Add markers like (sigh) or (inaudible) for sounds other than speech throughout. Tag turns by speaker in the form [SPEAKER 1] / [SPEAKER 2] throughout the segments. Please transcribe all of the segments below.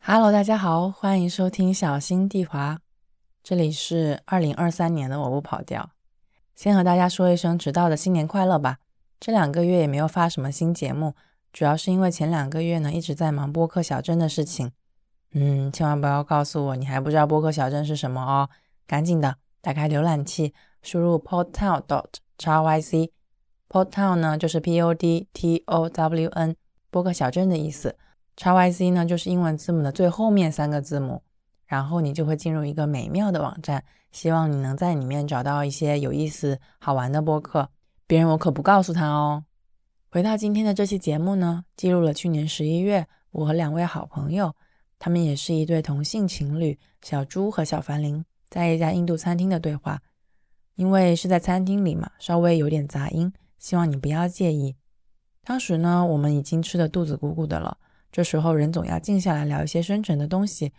[SPEAKER 1] Hello，大家好，欢迎收听小新地滑，这里是二零二三年的我不跑调。先和大家说一声迟到的新年快乐吧。这两个月也没有发什么新节目，主要是因为前两个月呢一直在忙播客小镇的事情。嗯，千万不要告诉我你还不知道播客小镇是什么哦，赶紧的打开浏览器，输入 podtown dot xyz。podtown 呢就是 p o d t o w n 播客小镇的意思。x y z 呢，就是英文字母的最后面三个字母，然后你就会进入一个美妙的网站。希望你能在里面找到一些有意思、好玩的播客，别人我可不告诉他哦。回到今天的这期节目呢，记录了去年十一月我和两位好朋友，他们也是一对同性情侣小朱和小凡林在一家印度餐厅的对话。因为是在餐厅里嘛，稍微有点杂音，希望你不要介意。当时呢，我们已经吃的肚子鼓鼓的了。这时候人总要静下来聊一些深沉的东西。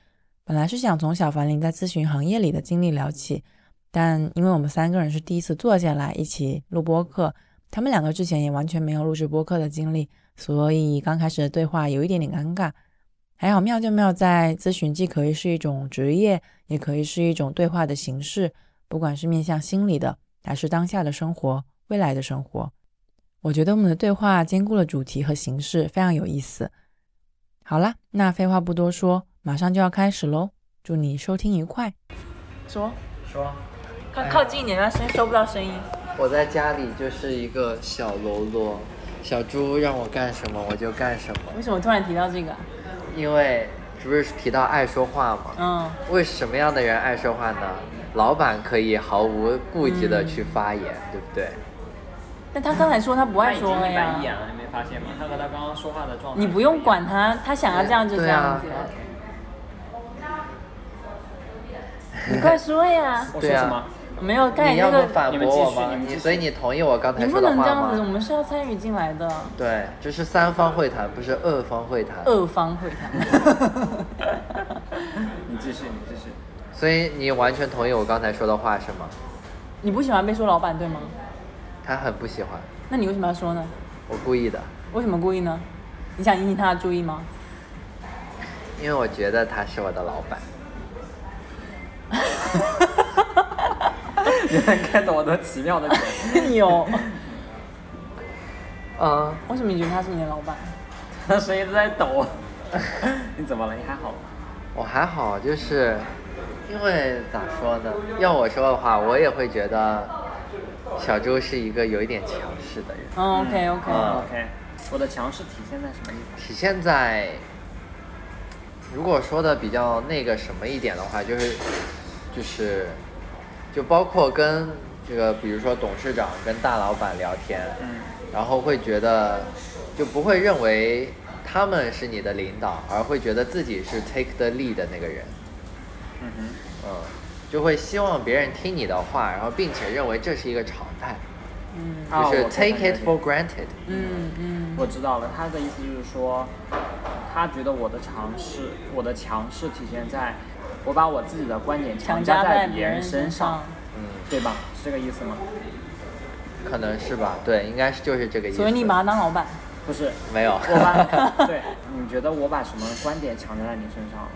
[SPEAKER 1] 本来是想从小凡林在咨询行业里的经历聊起，但因为我们三个人是第一次坐下来一起录播客，他们两个之前也完全没有录制播客的经历，所以刚开始的对话有一点点尴尬。还好妙就妙在咨询既可以是一种职业，也可以是一种对话的形式，不管是面向心理的，还是当下的生活、未来的生活，我觉得我们的对话兼顾了主题和形式，非常有意思。好啦，那废话不多说，马上就要开始喽！祝你收听愉快。说，哎
[SPEAKER 2] 说，
[SPEAKER 1] 靠靠近一点，让声收不到声音。
[SPEAKER 2] 我在家里就是一个小喽啰，小猪让我干什么我就干什么，
[SPEAKER 1] 为什么突然提到这个？
[SPEAKER 2] 因为不是提到爱说话吗？
[SPEAKER 1] 嗯，
[SPEAKER 2] 为什么样的人爱说话呢？老板可以毫无顾忌的
[SPEAKER 1] 嗯
[SPEAKER 2] 去发言，对不对？
[SPEAKER 1] 但他刚才说他不
[SPEAKER 3] 他
[SPEAKER 1] 爱
[SPEAKER 3] 已
[SPEAKER 1] 说
[SPEAKER 3] 经
[SPEAKER 1] 了
[SPEAKER 3] 一板一眼
[SPEAKER 1] 呀，
[SPEAKER 3] 了，你啊没发现吗？他和他刚刚说话的状态，
[SPEAKER 1] 你不用管他，他想要这样就这样子
[SPEAKER 2] 对。啊
[SPEAKER 1] 你快说呀！
[SPEAKER 3] 我
[SPEAKER 2] 对
[SPEAKER 3] 说
[SPEAKER 2] 啊
[SPEAKER 3] 什么？
[SPEAKER 1] 没有盖
[SPEAKER 2] 你要
[SPEAKER 1] 那
[SPEAKER 2] 不
[SPEAKER 1] 个，
[SPEAKER 2] 反
[SPEAKER 3] 你
[SPEAKER 2] 驳
[SPEAKER 3] 们继续
[SPEAKER 2] 我吗？
[SPEAKER 3] 你们继续
[SPEAKER 2] 所以你同意我刚
[SPEAKER 1] 你
[SPEAKER 2] 才
[SPEAKER 1] 不
[SPEAKER 2] 说的
[SPEAKER 1] 能这
[SPEAKER 2] 话
[SPEAKER 1] 样子，我
[SPEAKER 2] 吗？
[SPEAKER 1] 们是要参与进来的。
[SPEAKER 2] 对，这是三方会谈，不是二方会谈。
[SPEAKER 1] 二方会
[SPEAKER 3] (laughs)
[SPEAKER 1] 谈。
[SPEAKER 3] (laughs) 你继续，你继续。
[SPEAKER 2] 所以你完全同意我刚才说的话是吗？
[SPEAKER 1] 你不喜欢被说老板对吗？
[SPEAKER 2] 他很不喜欢，
[SPEAKER 1] 那你为什么要说呢？
[SPEAKER 2] 我故意的，
[SPEAKER 1] 为什么故意呢？你想引起他的注意吗？
[SPEAKER 2] 因为我觉得他是我的老板。
[SPEAKER 3] 你能 get 我的奇妙的点？
[SPEAKER 1] 有。
[SPEAKER 2] 嗯，
[SPEAKER 1] 为什么你觉得他是你的老板？
[SPEAKER 3] 他的声音都在抖。 (laughs) 你怎么了？你还好吗？
[SPEAKER 2] 我还好，就是因为咋说呢？要我说的话，我也会觉得小周是一个有一点强势的人，
[SPEAKER 1] 嗯，OK OK，、
[SPEAKER 2] 嗯
[SPEAKER 3] 啊 OK，我的强势体现在什么地方？
[SPEAKER 2] 体现在如果说的比较那个什么一点的话，就是就是就包括跟这个，比如说董事长跟大老板聊天，
[SPEAKER 3] 嗯，
[SPEAKER 2] 然后会觉得就不会认为他们是你的领导，而会觉得自己是 take the lead 的那个人。
[SPEAKER 3] 嗯哼，
[SPEAKER 2] 嗯，就会希望别人听你的话，然后并且认为这是一个常态，
[SPEAKER 1] 嗯
[SPEAKER 3] 啊
[SPEAKER 2] 就是
[SPEAKER 3] 我
[SPEAKER 2] take
[SPEAKER 3] 我懂
[SPEAKER 2] it for granted。
[SPEAKER 1] 嗯嗯
[SPEAKER 3] 我知道了，他的意思就是说，他觉得我的强势，我的强势体现在我把我自己的观点
[SPEAKER 1] 强
[SPEAKER 3] 强
[SPEAKER 1] 加
[SPEAKER 3] 加
[SPEAKER 1] 在
[SPEAKER 3] 在
[SPEAKER 1] 别
[SPEAKER 3] 别
[SPEAKER 1] 人
[SPEAKER 3] 人
[SPEAKER 1] 身
[SPEAKER 3] 身
[SPEAKER 1] 上
[SPEAKER 3] 上，，
[SPEAKER 2] 嗯，
[SPEAKER 3] 对吧？是这个意思吗？
[SPEAKER 2] 可能是
[SPEAKER 3] 嗯
[SPEAKER 2] 吧，对，应该是嗯就是这个意思。
[SPEAKER 1] 所以你把他当老板，
[SPEAKER 3] 不是，
[SPEAKER 2] 没
[SPEAKER 1] (laughs)
[SPEAKER 2] 有？
[SPEAKER 3] 我把 (laughs) 对，你觉得我把什么观点强加在你身上了？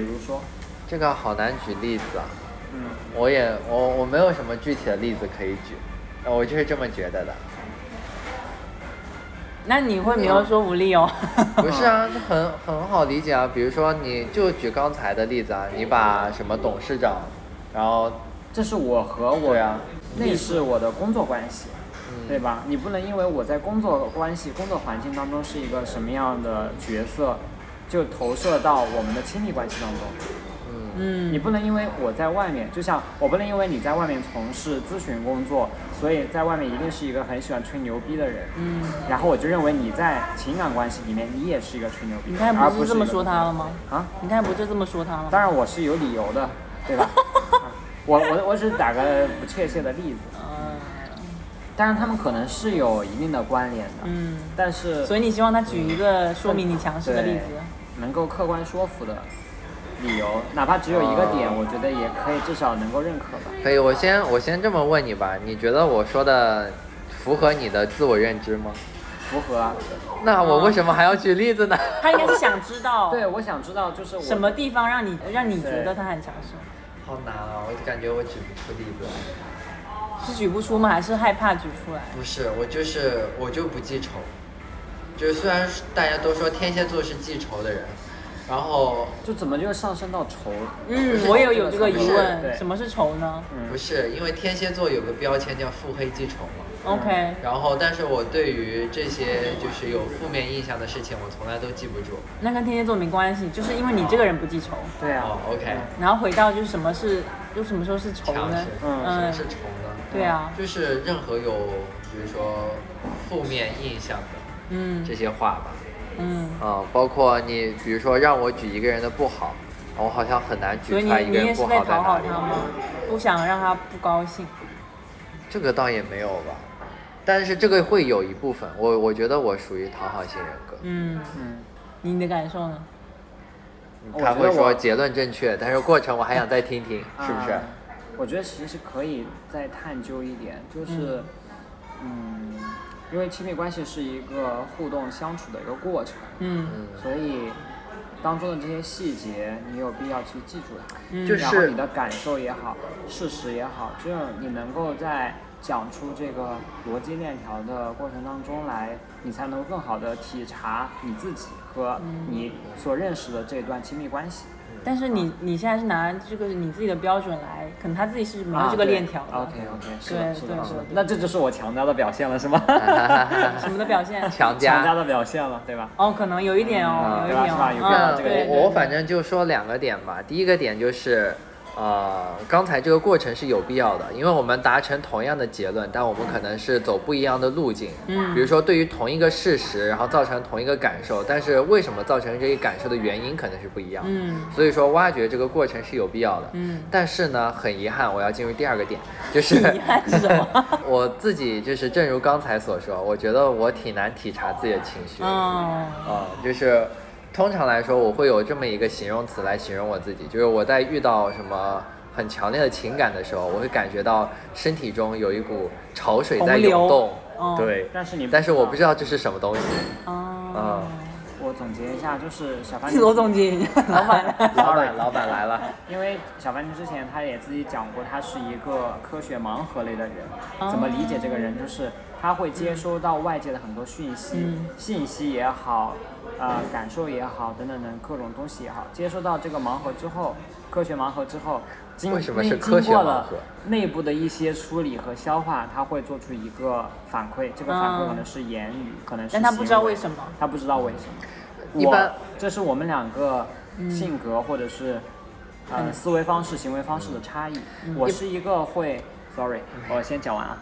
[SPEAKER 2] (laughs) 嗯，
[SPEAKER 3] 如说，
[SPEAKER 2] 这个好难举例子啊，
[SPEAKER 3] 嗯，
[SPEAKER 2] 我也我我没有什么具体的例子可以举，呃我就是这么觉得的。
[SPEAKER 1] 那你会没有说服力哦。
[SPEAKER 2] (laughs) 不是啊，这很很好理解啊。比如说，你就举刚才的例子啊，你把什么董事长，然后
[SPEAKER 3] 这是我和我
[SPEAKER 2] 对啊，
[SPEAKER 3] 那是我的工作关系，
[SPEAKER 2] 嗯
[SPEAKER 3] 对吧？你不能因为我在工作关系、工作环境当中是一个什么样的角色，就投射到我们的亲密关系当中。
[SPEAKER 2] 嗯
[SPEAKER 1] 嗯，
[SPEAKER 3] 你不能因为我在外面，就像我不能因为你在外面从事咨询工作，所以在外面一定是一个很喜欢吹牛逼的人。
[SPEAKER 1] 嗯，
[SPEAKER 3] 然后我就认为你在情感关系里面，你也是一个吹牛逼
[SPEAKER 1] 你
[SPEAKER 3] 的
[SPEAKER 1] 刚
[SPEAKER 3] 人，
[SPEAKER 1] 才
[SPEAKER 3] 而
[SPEAKER 1] 不
[SPEAKER 3] 不
[SPEAKER 1] 是
[SPEAKER 3] 是
[SPEAKER 1] 这么
[SPEAKER 3] 一个
[SPEAKER 1] 说他了吗？
[SPEAKER 3] 啊？
[SPEAKER 1] 你刚才不就这么说他了吗？
[SPEAKER 3] 当然我是有理由的，对吧？啊我我我只是打个不确切的例子，
[SPEAKER 1] 嗯
[SPEAKER 3] 当然他们可能是有一定的关联的，
[SPEAKER 1] 嗯，
[SPEAKER 3] 但是
[SPEAKER 1] 所以你希望他举一个说明你强势的例子
[SPEAKER 3] 对，能够客观说服的理由，哪怕只有一个点，
[SPEAKER 2] 哦
[SPEAKER 3] 我觉得也可以至少能够认可吧。
[SPEAKER 2] 可以，我先我先这么问你吧，你觉得我说的符合你的自我认知吗？
[SPEAKER 3] 符合。
[SPEAKER 2] (laughs)
[SPEAKER 3] 啊
[SPEAKER 2] 那我为什么还要举例 (laughs) 子呢？
[SPEAKER 4] 他应该是想知道
[SPEAKER 3] 对，我想知道就是我
[SPEAKER 4] 什么地方让你让你觉得他很强势。
[SPEAKER 2] 好难啊！我感觉我举不出例子。
[SPEAKER 4] 是举不出吗？还是害怕举出来？
[SPEAKER 2] 不是，我就是我就不记仇，就是虽然大家都说天蝎座是记仇的人，然后
[SPEAKER 3] 就怎么就上升到仇？
[SPEAKER 4] 嗯，我也有这个疑
[SPEAKER 3] 对
[SPEAKER 4] 问，什么是仇呢
[SPEAKER 2] 不是因为天蝎座有个标签叫腹黑记仇嘛。
[SPEAKER 4] ？OK，
[SPEAKER 2] 然后，但是我对于这些就是有负面印象的事情，我从来都记不住。
[SPEAKER 4] 那跟天蝎座没关系，就是因为你这个人不记仇。
[SPEAKER 3] 对啊
[SPEAKER 2] 哦，，OK，
[SPEAKER 4] 然后回到就是什么是，就什么时候是仇
[SPEAKER 2] 强
[SPEAKER 4] 呢
[SPEAKER 2] 势？，
[SPEAKER 3] 嗯
[SPEAKER 2] 什么是仇呢？
[SPEAKER 4] 对啊，
[SPEAKER 2] 就是任何有比如说负面印象的
[SPEAKER 4] 嗯
[SPEAKER 2] 这些话吧。
[SPEAKER 4] 嗯，
[SPEAKER 2] 嗯，包括你比如说让我举一个人的不好，我好像很难举
[SPEAKER 4] 所以
[SPEAKER 2] 出
[SPEAKER 4] 你
[SPEAKER 2] 来一
[SPEAKER 4] 你
[SPEAKER 2] 个
[SPEAKER 4] 也
[SPEAKER 2] 人
[SPEAKER 4] 是
[SPEAKER 2] 不
[SPEAKER 4] 在
[SPEAKER 2] 好在
[SPEAKER 4] 讨
[SPEAKER 2] 哪
[SPEAKER 4] 好
[SPEAKER 2] 里。
[SPEAKER 4] 他吗？不想让他不高兴。
[SPEAKER 2] 这个倒也没有吧，但是这个会有一部分，我我觉得我属于讨好型人格。
[SPEAKER 4] 嗯，
[SPEAKER 3] 嗯，
[SPEAKER 4] 你的感受呢？
[SPEAKER 3] 我
[SPEAKER 2] 他
[SPEAKER 3] 觉
[SPEAKER 2] 会
[SPEAKER 3] 得
[SPEAKER 2] 说
[SPEAKER 3] 我
[SPEAKER 2] 结论正确，但是过程我还想再听听，是不是
[SPEAKER 3] 啊？我觉得其实可以再探究一点，就是，嗯，因为亲密关系是一个互动相处的一个过程，
[SPEAKER 4] 嗯
[SPEAKER 3] 所以当中的这些细节，你有必要去记住它。
[SPEAKER 4] 嗯，
[SPEAKER 2] 就是
[SPEAKER 3] 然后你的感受也好，事实也好，只有你能够在讲出这个逻辑链条的过程当中来，你才能更好的体察你自己和
[SPEAKER 4] 嗯
[SPEAKER 3] 你所认识的这段亲密关系。
[SPEAKER 4] 但是你你现在是拿这个你自己的标准来，可能他自己是没
[SPEAKER 3] 啊
[SPEAKER 4] 有这个
[SPEAKER 3] 对
[SPEAKER 4] 链条的。
[SPEAKER 3] OK OK，是的，
[SPEAKER 4] 哦对
[SPEAKER 3] 是
[SPEAKER 4] 对
[SPEAKER 3] 的，是
[SPEAKER 4] 对
[SPEAKER 3] 的
[SPEAKER 4] 对。
[SPEAKER 3] 那这就是我强加的表现了，是吗？
[SPEAKER 4] (laughs) 什么的表现？
[SPEAKER 2] 强
[SPEAKER 3] 强
[SPEAKER 2] 加
[SPEAKER 3] 加。的表现了，对吧？
[SPEAKER 4] 哦，可能有一点哦，
[SPEAKER 3] 嗯
[SPEAKER 4] 有一点
[SPEAKER 3] 对吧是
[SPEAKER 4] 哦
[SPEAKER 3] 吧有
[SPEAKER 4] 啊
[SPEAKER 2] 那
[SPEAKER 3] 这个
[SPEAKER 4] 对对
[SPEAKER 2] 我我
[SPEAKER 4] 对
[SPEAKER 2] 反正就说两个点吧。第一个点就是，呃，刚才这个过程是有必要的，因为我们达成同样的结论，但我们可能是走不一样的路径。
[SPEAKER 4] 嗯
[SPEAKER 2] 比如说对于同一个事实，然后造成同一个感受，但是为什么造成这一感受的原因可能是不一样的。
[SPEAKER 4] 嗯
[SPEAKER 2] 所以说挖掘这个过程是有必要的。
[SPEAKER 4] 嗯
[SPEAKER 2] 但是呢，很遗憾，我要进入第二个点，就是
[SPEAKER 4] 遗憾是什么
[SPEAKER 2] (laughs) 我自己就是正如刚才所说，我觉得我挺难体察自己的情绪。
[SPEAKER 4] 哦
[SPEAKER 2] 啊、就是通常来说，我会有这么一个形容词来形容我自己，就是我在遇到什么很强烈的情感的时候，我会感觉到身体中有一股潮水在
[SPEAKER 4] 洪流
[SPEAKER 2] 涌动，
[SPEAKER 4] 哦
[SPEAKER 2] 对，
[SPEAKER 3] 但是你
[SPEAKER 2] 但是我不知道这是什么
[SPEAKER 4] (laughs)
[SPEAKER 2] 东西，
[SPEAKER 4] 哦，
[SPEAKER 3] 我总结一下，就是小凡，
[SPEAKER 4] 自我总结一下， (laughs) 老板。
[SPEAKER 2] 老板，老板来了，
[SPEAKER 3] 因为小凡之前他也自己讲过，他是一个科学盲盒类的人。
[SPEAKER 4] 哦
[SPEAKER 3] 怎么理解这个人？就是他会接收到外界的很多讯息，
[SPEAKER 4] 嗯
[SPEAKER 3] 信息也好，呃，感受也好，等等等各种东西也好，接收到这个盲盒之后，科学盲盒之后，经
[SPEAKER 2] 为什么是
[SPEAKER 3] 经
[SPEAKER 2] 科学
[SPEAKER 3] 过
[SPEAKER 2] 盲
[SPEAKER 3] 了
[SPEAKER 2] 盒
[SPEAKER 3] 内部的一些梳理和消化，他会做出一个反馈。这个反馈可能是言语，可能是
[SPEAKER 4] 嗯但他不知道
[SPEAKER 3] 行为
[SPEAKER 4] 为什么
[SPEAKER 3] 他不知道为什么。
[SPEAKER 2] 一般
[SPEAKER 3] 我这是我们两个性格或者是、呃
[SPEAKER 4] 嗯
[SPEAKER 3] 思维方式、行为方式的差异。我是一个会，sorry，我先讲完啊，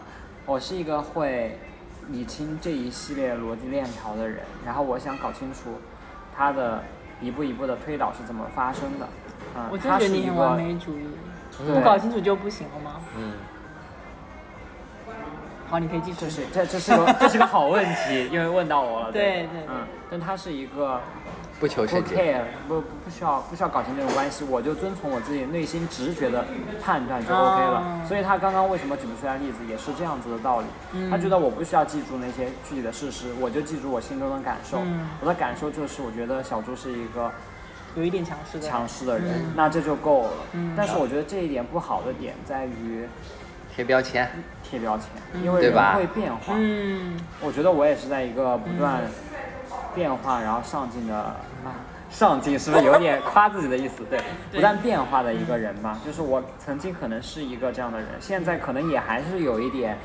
[SPEAKER 3] 我是一个会理清这一系列逻辑链条的人，然后我想搞清楚它的一步一步的推导是怎么发生的。嗯，
[SPEAKER 4] 我真
[SPEAKER 3] 它
[SPEAKER 4] 觉得
[SPEAKER 3] 是一
[SPEAKER 4] 你很
[SPEAKER 3] 个
[SPEAKER 4] 完美主义，
[SPEAKER 3] 对
[SPEAKER 4] 不搞清楚就不行了吗？
[SPEAKER 2] 嗯，
[SPEAKER 4] 好，你可以继续
[SPEAKER 3] 这。是这这是个这是个好问题，因为问到我了。
[SPEAKER 4] 对对对
[SPEAKER 3] 嗯，但它是一个
[SPEAKER 2] 不求
[SPEAKER 3] 不
[SPEAKER 2] 甚解，
[SPEAKER 3] care，不不不需要不需要搞清这种关系，我就遵从我自己内心直觉的判断就 OK 了。
[SPEAKER 4] 哦
[SPEAKER 3] 所以他刚刚为什么举不出来例子，也是这样子的道理。他觉得我不需要记住那些具体的事实，我就记住我心中的感受。
[SPEAKER 4] 嗯
[SPEAKER 3] 我的感受就是，我觉得小猪是一个
[SPEAKER 4] 有一点强势的。
[SPEAKER 3] 强势的人，
[SPEAKER 4] 嗯
[SPEAKER 3] 那这就够了。但是我觉得这一点不好的点在于
[SPEAKER 2] 贴标签，
[SPEAKER 3] 贴标签，因为
[SPEAKER 2] 对
[SPEAKER 3] 人
[SPEAKER 2] 吧
[SPEAKER 3] 会变化。
[SPEAKER 4] 嗯，
[SPEAKER 3] 我觉得我也是在一个不断变化，然后上进的， (laughs) 啊上进是不是有点夸自己的意思？对，不断变化的一个人嘛。就是我曾经可能是一个这样的人，现在可能也还是有一点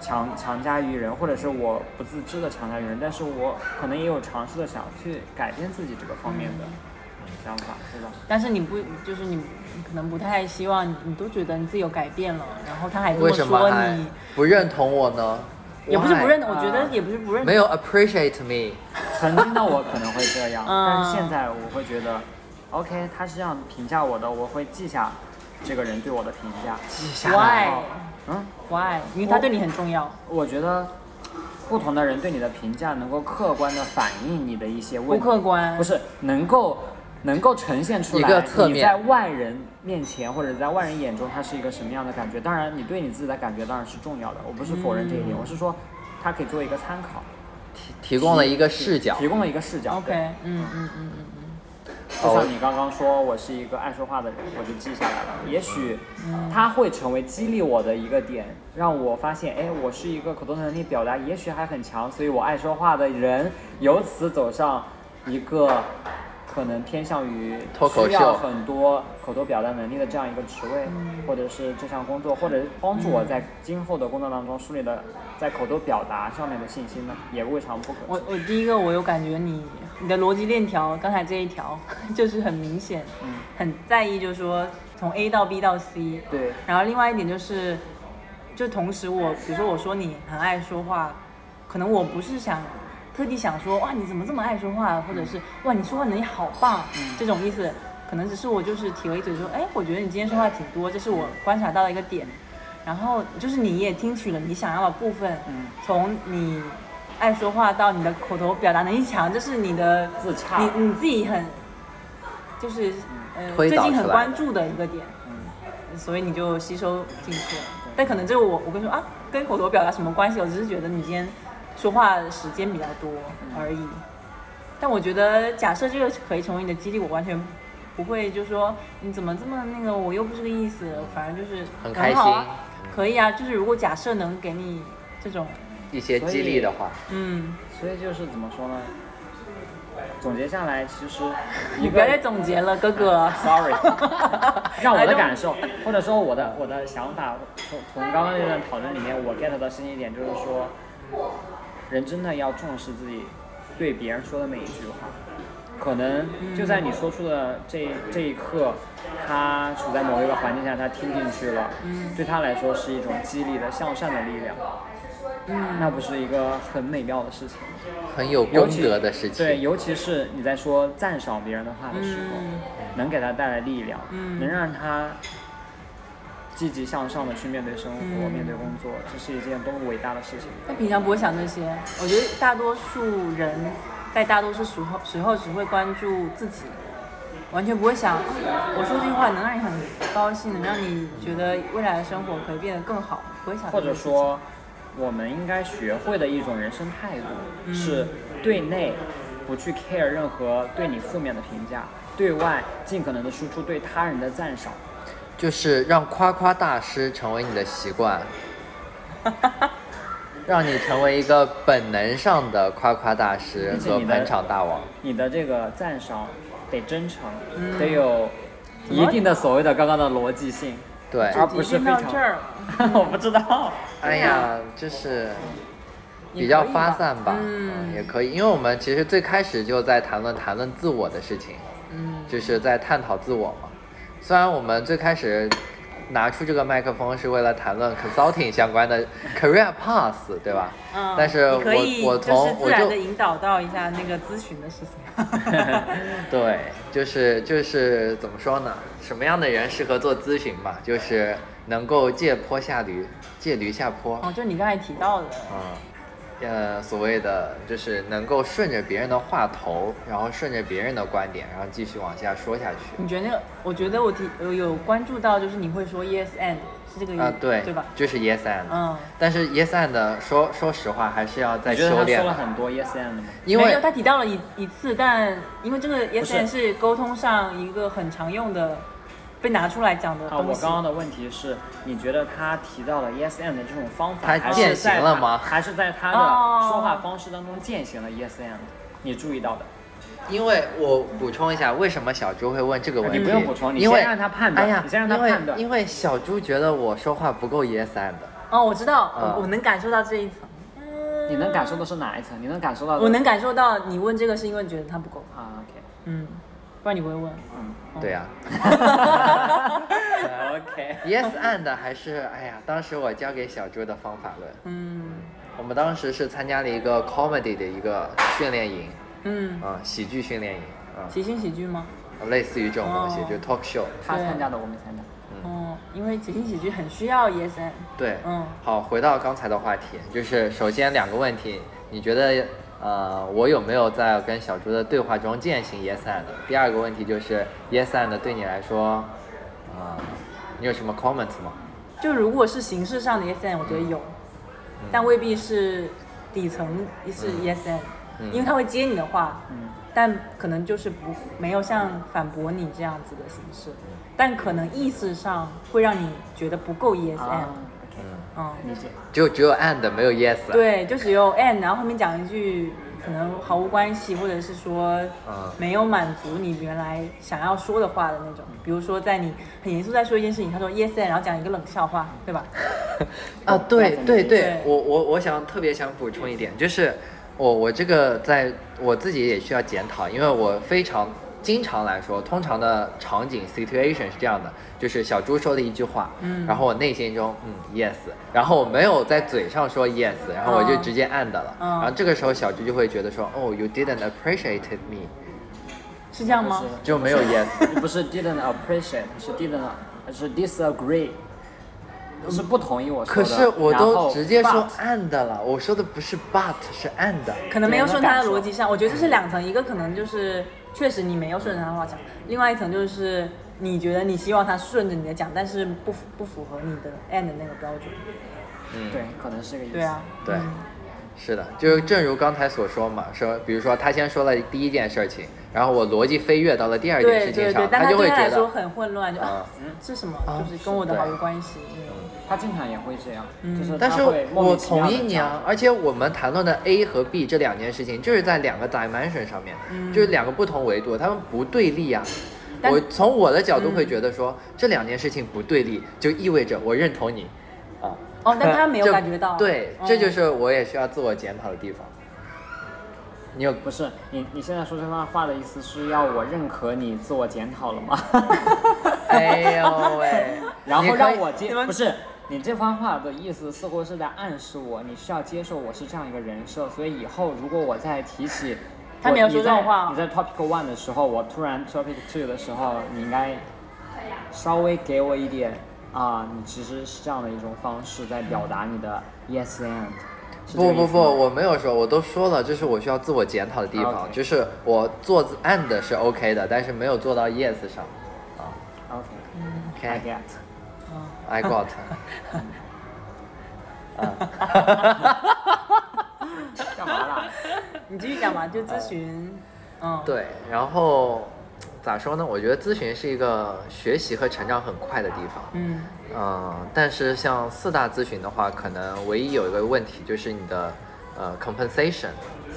[SPEAKER 3] 强强加于人，或者是我不自知的强加于人，但是我可能也有尝试的想去改变自己这个方面的想法，对吧？
[SPEAKER 4] 但是你不就是你可能不太希望你，你都觉得你自己有改变了，然后他还这
[SPEAKER 2] 为什么
[SPEAKER 4] 说
[SPEAKER 2] 还
[SPEAKER 4] 你，
[SPEAKER 2] 不认同我呢？
[SPEAKER 4] 也不是不认，
[SPEAKER 2] Why？啊
[SPEAKER 4] 我觉得也不是不认，
[SPEAKER 2] 没有 appreciate me，
[SPEAKER 3] 曾经的我可能会这样，
[SPEAKER 4] 嗯
[SPEAKER 3] 但是现在我会觉得，OK，他是这样评价我的，我会记下这个人对我的评价。
[SPEAKER 2] 记下来。
[SPEAKER 4] why
[SPEAKER 3] 嗯，
[SPEAKER 4] why，因为他对你很重要，
[SPEAKER 3] 我觉得不同的人对你的评价能够客观的反映你的一些
[SPEAKER 4] 不
[SPEAKER 3] 问题，
[SPEAKER 4] 客观，
[SPEAKER 3] 不是能够能够呈现出来
[SPEAKER 2] 一个侧面
[SPEAKER 3] 你在外人面前或者在外人眼中它是一个什么样的感觉。当然，你对你自己的感觉当然是重要的，我不是否认这一点，我是说它可以作为一个参考。
[SPEAKER 2] 嗯提供了一个视角
[SPEAKER 3] 提。供了一个视角。
[SPEAKER 4] OK，
[SPEAKER 3] 对
[SPEAKER 4] 嗯嗯嗯嗯嗯，
[SPEAKER 2] 哦
[SPEAKER 3] 就像你刚刚说，我是一个爱说话的人，我就记下来了。也许它会成为激励我的一个点，让我发现，哎，我是一个可动能力表达也许还很强，所以我爱说话的人，由此走上一个可能偏向于
[SPEAKER 2] 脱口秀
[SPEAKER 3] 需要很多口头表达能力的这样一个职位，
[SPEAKER 2] 嗯
[SPEAKER 3] 或者是这项工作，或者是帮助我在今后的工作当中树立的在口头表达上面的信心呢，也未尝不可。
[SPEAKER 4] 我我第一个我有感觉你你的逻辑链条，刚才这一条 (laughs) 就是很明显，
[SPEAKER 3] 嗯
[SPEAKER 4] 很在意，就是说从 A 到 B 到 C，
[SPEAKER 3] 对，
[SPEAKER 4] 然后另外一点就是，就同时我，比如说我说你很爱说话，可能我不是想特地想说哇你怎么这么爱说话，或者是哇你说话能力好棒、这种意思，可能只是我就是提了一嘴说，哎，我觉得你今天说话挺多，这是我观察到的一个点。然后就是你也听取了你想要的部分，
[SPEAKER 3] 嗯，
[SPEAKER 4] 从你爱说话到你的口头表达能力强，这是你的
[SPEAKER 3] 自
[SPEAKER 2] 嗯
[SPEAKER 3] 洽
[SPEAKER 4] 你你自己很就是呃
[SPEAKER 2] 推
[SPEAKER 4] 最
[SPEAKER 2] 导
[SPEAKER 4] 近很
[SPEAKER 2] 出来
[SPEAKER 4] 关注的一个点。
[SPEAKER 3] 嗯。
[SPEAKER 4] 所以你就吸收进去了。
[SPEAKER 2] 嗯
[SPEAKER 4] 但可能这个我我跟你说啊，跟口头表达什么关系？我只是觉得你今天说话时间比较多而
[SPEAKER 2] 嗯
[SPEAKER 4] 已。但我觉得，假设这个可以成为你的激励，我完全不会就说你怎么这么那个，我又不是个意思，反正就是
[SPEAKER 2] 很开心
[SPEAKER 4] 好啊，可以啊。就是如果假设能给你这种，
[SPEAKER 2] 一些激励的话，
[SPEAKER 4] 嗯，
[SPEAKER 3] 所以就是怎么说呢？总结下来，其实
[SPEAKER 4] (laughs)
[SPEAKER 3] 一
[SPEAKER 4] 你不要再
[SPEAKER 3] 个
[SPEAKER 4] 总结了，哥哥。 (laughs) 哎
[SPEAKER 3] sorry，让我
[SPEAKER 4] I
[SPEAKER 3] 的
[SPEAKER 4] don't-
[SPEAKER 3] 感受或者说我的我的想法，从从刚刚那段讨论里面，我 get 到深一点，就是说，人真的要重视自己对别人说的每一句话。可能就在你说出的这这一刻，他处在某一个环境下，他听进去了，
[SPEAKER 4] 嗯
[SPEAKER 3] 对他来说是一种激励的向善的力量，嗯，那不是一个很美妙的事情吗。
[SPEAKER 2] 很有
[SPEAKER 3] 尤
[SPEAKER 2] 功
[SPEAKER 3] 其
[SPEAKER 2] 德的事情。
[SPEAKER 3] 对，尤其是你在说赞赏别人的话的时候，
[SPEAKER 4] 嗯
[SPEAKER 3] 能给他带来力量，能让他积极向上的去面对生活、
[SPEAKER 4] 嗯
[SPEAKER 3] 面对工作，这是一件多么伟大的事情。
[SPEAKER 4] 那平常不会想这些，我觉得大多数人在大多数时候时候只会关注自己，完全不会想我说这句话能让你很高兴，能让你觉得未来的生活可以变得更好，不会想这
[SPEAKER 3] 或
[SPEAKER 4] 些
[SPEAKER 3] 者
[SPEAKER 4] 事情嗯
[SPEAKER 3] 说，我们应该学会的一种人生态度、是对内不去 care 任何对你负面的评价，对外尽可能的输出对他人的赞赏。
[SPEAKER 2] 就是让夸夸大师成为你的习
[SPEAKER 4] (laughs)
[SPEAKER 2] 惯，让你成为一个本能上的夸夸大师
[SPEAKER 3] 并且
[SPEAKER 2] 和
[SPEAKER 3] 你的
[SPEAKER 2] 捧场大王。
[SPEAKER 3] 你的这个赞赏得真诚，
[SPEAKER 4] 嗯
[SPEAKER 3] 得有一定的所谓的刚刚的逻辑性。
[SPEAKER 2] 对，
[SPEAKER 3] 而不是
[SPEAKER 4] 已经
[SPEAKER 3] 非
[SPEAKER 4] 到
[SPEAKER 3] 常
[SPEAKER 4] 这儿，
[SPEAKER 2] 嗯
[SPEAKER 3] (laughs) 我不知道，
[SPEAKER 2] 哎呀，就是
[SPEAKER 4] 也
[SPEAKER 2] 比较
[SPEAKER 4] 可以
[SPEAKER 2] 发
[SPEAKER 4] 吧
[SPEAKER 2] 散吧，
[SPEAKER 4] 嗯
[SPEAKER 2] 也可以，因为我们其实最开始就在谈论谈论自我的事情，
[SPEAKER 4] 嗯，
[SPEAKER 2] 就是在探讨自我嘛。虽然我们最开始拿出这个麦克风是为了谈论 consulting 相关的 career path，对吧？
[SPEAKER 4] 嗯，
[SPEAKER 2] 但是
[SPEAKER 4] 你可以
[SPEAKER 2] 我我
[SPEAKER 4] 就是
[SPEAKER 2] 从
[SPEAKER 4] 自
[SPEAKER 2] 我
[SPEAKER 4] 然
[SPEAKER 2] 就
[SPEAKER 4] 的引导到一下那个咨询的事
[SPEAKER 2] (laughs)
[SPEAKER 4] 情，
[SPEAKER 2] 对，就是就是怎么说呢？什么样的人适合做咨询吧？就是能够借坡下驴，借驴下坡
[SPEAKER 4] 哦，就你刚才提到的，
[SPEAKER 2] 啊，呃，所谓的就是能够顺着别人的话头，然后顺着别人的观点，然后继续往下说下去。
[SPEAKER 4] 你觉得那个？我觉得我提我有关注到，就是你会说 yes and 是这个意思、
[SPEAKER 2] 啊、对，
[SPEAKER 4] 嗯对吧？
[SPEAKER 2] 就是 yes and，、
[SPEAKER 4] 嗯。
[SPEAKER 2] 但是 yes and 的说说实话还是要再
[SPEAKER 3] 你觉得
[SPEAKER 2] 修
[SPEAKER 3] 他说
[SPEAKER 2] 炼
[SPEAKER 3] 了
[SPEAKER 2] 的，
[SPEAKER 3] 很多 E yes and 吗？
[SPEAKER 2] 因
[SPEAKER 4] 嗯没
[SPEAKER 2] 为
[SPEAKER 4] 有，他提到了一一次，但因为这个 yes
[SPEAKER 3] 是
[SPEAKER 4] and 是沟通上一个很常用的被拿出来讲的
[SPEAKER 3] 啊，
[SPEAKER 4] 东
[SPEAKER 3] 我
[SPEAKER 4] 西。
[SPEAKER 3] 刚刚的问题是，你觉得他提到了 yes and 的这种方法，
[SPEAKER 2] 他
[SPEAKER 3] 还
[SPEAKER 2] 践
[SPEAKER 3] 是在
[SPEAKER 2] 行了
[SPEAKER 3] 他
[SPEAKER 2] 吗
[SPEAKER 3] 还是在他的
[SPEAKER 4] 哦
[SPEAKER 3] 说话方式当中践行了 yes and？你注意到的，
[SPEAKER 2] 因为我补充一下，为什么小猪会问这个问题？
[SPEAKER 3] 你不用补充你
[SPEAKER 2] 因为
[SPEAKER 3] 先让他判断
[SPEAKER 2] 哎呀，
[SPEAKER 3] 你先让他判断
[SPEAKER 2] 因为因为小猪觉得我说话不够 yes and，
[SPEAKER 4] 哦，我知道，
[SPEAKER 2] 啊
[SPEAKER 4] 我我能感受到这一层，
[SPEAKER 3] 你能感受的是哪一层？你能感受到
[SPEAKER 4] 我能感受到你问这个是因为你觉得他不够好，
[SPEAKER 3] 啊，OK，
[SPEAKER 4] 嗯，不然你不会问。
[SPEAKER 3] 嗯
[SPEAKER 2] 对呀、
[SPEAKER 3] ，OK，
[SPEAKER 2] yes and 还是哎呀，当时我教给小猪的方法论。
[SPEAKER 4] 嗯
[SPEAKER 2] 我们当时是参加了一个 comedy 的一个训练营，
[SPEAKER 4] 嗯，
[SPEAKER 2] 啊、喜剧训练营，啊、
[SPEAKER 4] 即兴喜剧吗？
[SPEAKER 2] 类似于这种东西，
[SPEAKER 4] 哦
[SPEAKER 2] 就 talk show。
[SPEAKER 3] 他参加的我没参加，
[SPEAKER 2] 嗯
[SPEAKER 4] 哦，因为即兴喜剧很需要 yes and
[SPEAKER 2] 对，
[SPEAKER 4] 嗯
[SPEAKER 2] 好，回到刚才的话题，就是首先两个问题，你觉得呃，我有没有在跟小猪的对话中践行 yes and？第二个问题就是 yes and 对你来说，啊、你有什么 comments 吗？
[SPEAKER 4] E
[SPEAKER 2] 嗯
[SPEAKER 4] 就如果是形式上的 yes and，我觉得有，但未必是底层是
[SPEAKER 2] 嗯
[SPEAKER 4] ESN，、
[SPEAKER 2] 嗯
[SPEAKER 4] 因为他会接你的话，
[SPEAKER 3] 嗯
[SPEAKER 4] 但可能就是不没有像反驳你这样子的形式，
[SPEAKER 2] 嗯
[SPEAKER 4] 但可能意识上会让你觉得不够 ESN，、
[SPEAKER 3] 啊
[SPEAKER 4] 嗯，
[SPEAKER 3] 理解
[SPEAKER 2] 只有只有 and 没有 yes。，
[SPEAKER 4] 对，就只有 and，然后后面讲一句可能毫无关系，或者是说
[SPEAKER 2] 嗯
[SPEAKER 4] 没有满足你原来想要说的话的那
[SPEAKER 2] 嗯
[SPEAKER 4] 种，比如说在你很严肃在说一件事情，他说 yes and，然后讲一个冷笑话，对吧？
[SPEAKER 2] 啊，对对对
[SPEAKER 4] 对，
[SPEAKER 2] 我我我想特别想补充一点，就是我我这个在我自己也需要检讨，因为我非常经常来说，通常的场景 situation 是这样的，就是小猪说的一句话，嗯，然后我内心中嗯 yes，然后我没有在嘴上说 yes，然后我就
[SPEAKER 4] 嗯
[SPEAKER 2] 直接 and 了，
[SPEAKER 4] 嗯
[SPEAKER 2] 然后这个时候小猪就会觉得说，哦，you didn't appreciate me，
[SPEAKER 4] 是这样吗
[SPEAKER 3] 不？是
[SPEAKER 2] 就没有 yes。
[SPEAKER 3] 不是 didn't appreciate，是 didn't 是 disagree，是不同意我说
[SPEAKER 2] (laughs) 可
[SPEAKER 3] 的。
[SPEAKER 2] 是我
[SPEAKER 3] 然
[SPEAKER 2] 都
[SPEAKER 3] 后
[SPEAKER 2] 直接说
[SPEAKER 3] but
[SPEAKER 2] and 了，我说的不是 but 是 and。
[SPEAKER 4] 可能没有顺他的
[SPEAKER 3] 别人的
[SPEAKER 4] 逻
[SPEAKER 3] 感受
[SPEAKER 4] 辑上，我觉得这是两层，一个可能就是确实你没有顺着他的话讲，另外一层就是你觉得你希望他顺着你的讲，但是不符不符合你的 and 那个标准。
[SPEAKER 2] 嗯
[SPEAKER 3] 对，可能是这个意思。
[SPEAKER 4] 对啊，
[SPEAKER 2] 对
[SPEAKER 4] 嗯，
[SPEAKER 2] 是的，就是正如刚才所说嘛，说比如说他先说了第一件事情，然后我逻辑飞跃到了第二件
[SPEAKER 4] 对
[SPEAKER 2] 事情
[SPEAKER 4] 对
[SPEAKER 2] 上
[SPEAKER 4] 对，，但
[SPEAKER 2] 就会
[SPEAKER 4] 对他
[SPEAKER 2] 觉
[SPEAKER 4] 来说
[SPEAKER 2] 得
[SPEAKER 4] 很混乱，就啊
[SPEAKER 2] 啊
[SPEAKER 4] 是什么
[SPEAKER 2] 啊，
[SPEAKER 4] 就是跟我的
[SPEAKER 2] 是
[SPEAKER 4] 毫无关系。嗯
[SPEAKER 3] 他经常也会这样，就是
[SPEAKER 2] 嗯但
[SPEAKER 3] 他
[SPEAKER 2] 是
[SPEAKER 3] 会莫
[SPEAKER 2] 我
[SPEAKER 3] 名其妙
[SPEAKER 2] 同
[SPEAKER 3] 地
[SPEAKER 2] 意你
[SPEAKER 3] 讲
[SPEAKER 2] 啊，而且我们谈论的 A 和 B 这两件事情，就是在两个 dimension 上面，就是两个不同维度，他们不对立啊。
[SPEAKER 4] 嗯但嗯
[SPEAKER 2] 我从我的角度会觉得说、这两件事情不对立，就意味着我认同你，啊。
[SPEAKER 4] 哦，但他没有
[SPEAKER 2] 这
[SPEAKER 4] 感觉到。
[SPEAKER 2] 对，
[SPEAKER 4] 嗯
[SPEAKER 2] 这就是我也需要自我检讨的地方。你有
[SPEAKER 3] 不是你，你现在说这番话的意思是要我认可你自我检讨了
[SPEAKER 2] (laughs)
[SPEAKER 3] 吗？，
[SPEAKER 2] 哎呦喂
[SPEAKER 3] (laughs) 然
[SPEAKER 2] 你
[SPEAKER 3] 后
[SPEAKER 2] 可以
[SPEAKER 3] 让我接，不是你这番话的意思，似乎是在暗示我，你需要接受我是这样一个人设，所以以后如果我再提起，
[SPEAKER 4] 他
[SPEAKER 3] 我
[SPEAKER 4] 没有说
[SPEAKER 3] 你在
[SPEAKER 4] 这种话
[SPEAKER 3] 你在 topic one 的时候，我突然 topic two 的时候，你应该稍微给我一点啊、你其实是这样的一种方式在表达你的 yes and。是这个
[SPEAKER 2] 不不
[SPEAKER 3] 意思吗
[SPEAKER 2] 不，我没有说，我都说了，这是我需要自我检讨的地方
[SPEAKER 3] OK
[SPEAKER 2] 就是我做 and 是 OK 的，但是没有做到 yes 上。
[SPEAKER 3] ，OK，I、
[SPEAKER 2] OK，I、
[SPEAKER 5] (laughs)
[SPEAKER 2] I
[SPEAKER 3] get，
[SPEAKER 2] got。
[SPEAKER 3] 干嘛啦？
[SPEAKER 4] 你继续讲嘛，就咨询。嗯，
[SPEAKER 2] 对，然后嗯咋说呢？我觉得咨询是一个学习和成长很快的地方。
[SPEAKER 4] 嗯，
[SPEAKER 2] 嗯，但是像四大咨询的话，可能唯一有一个问题就是你的呃 compensation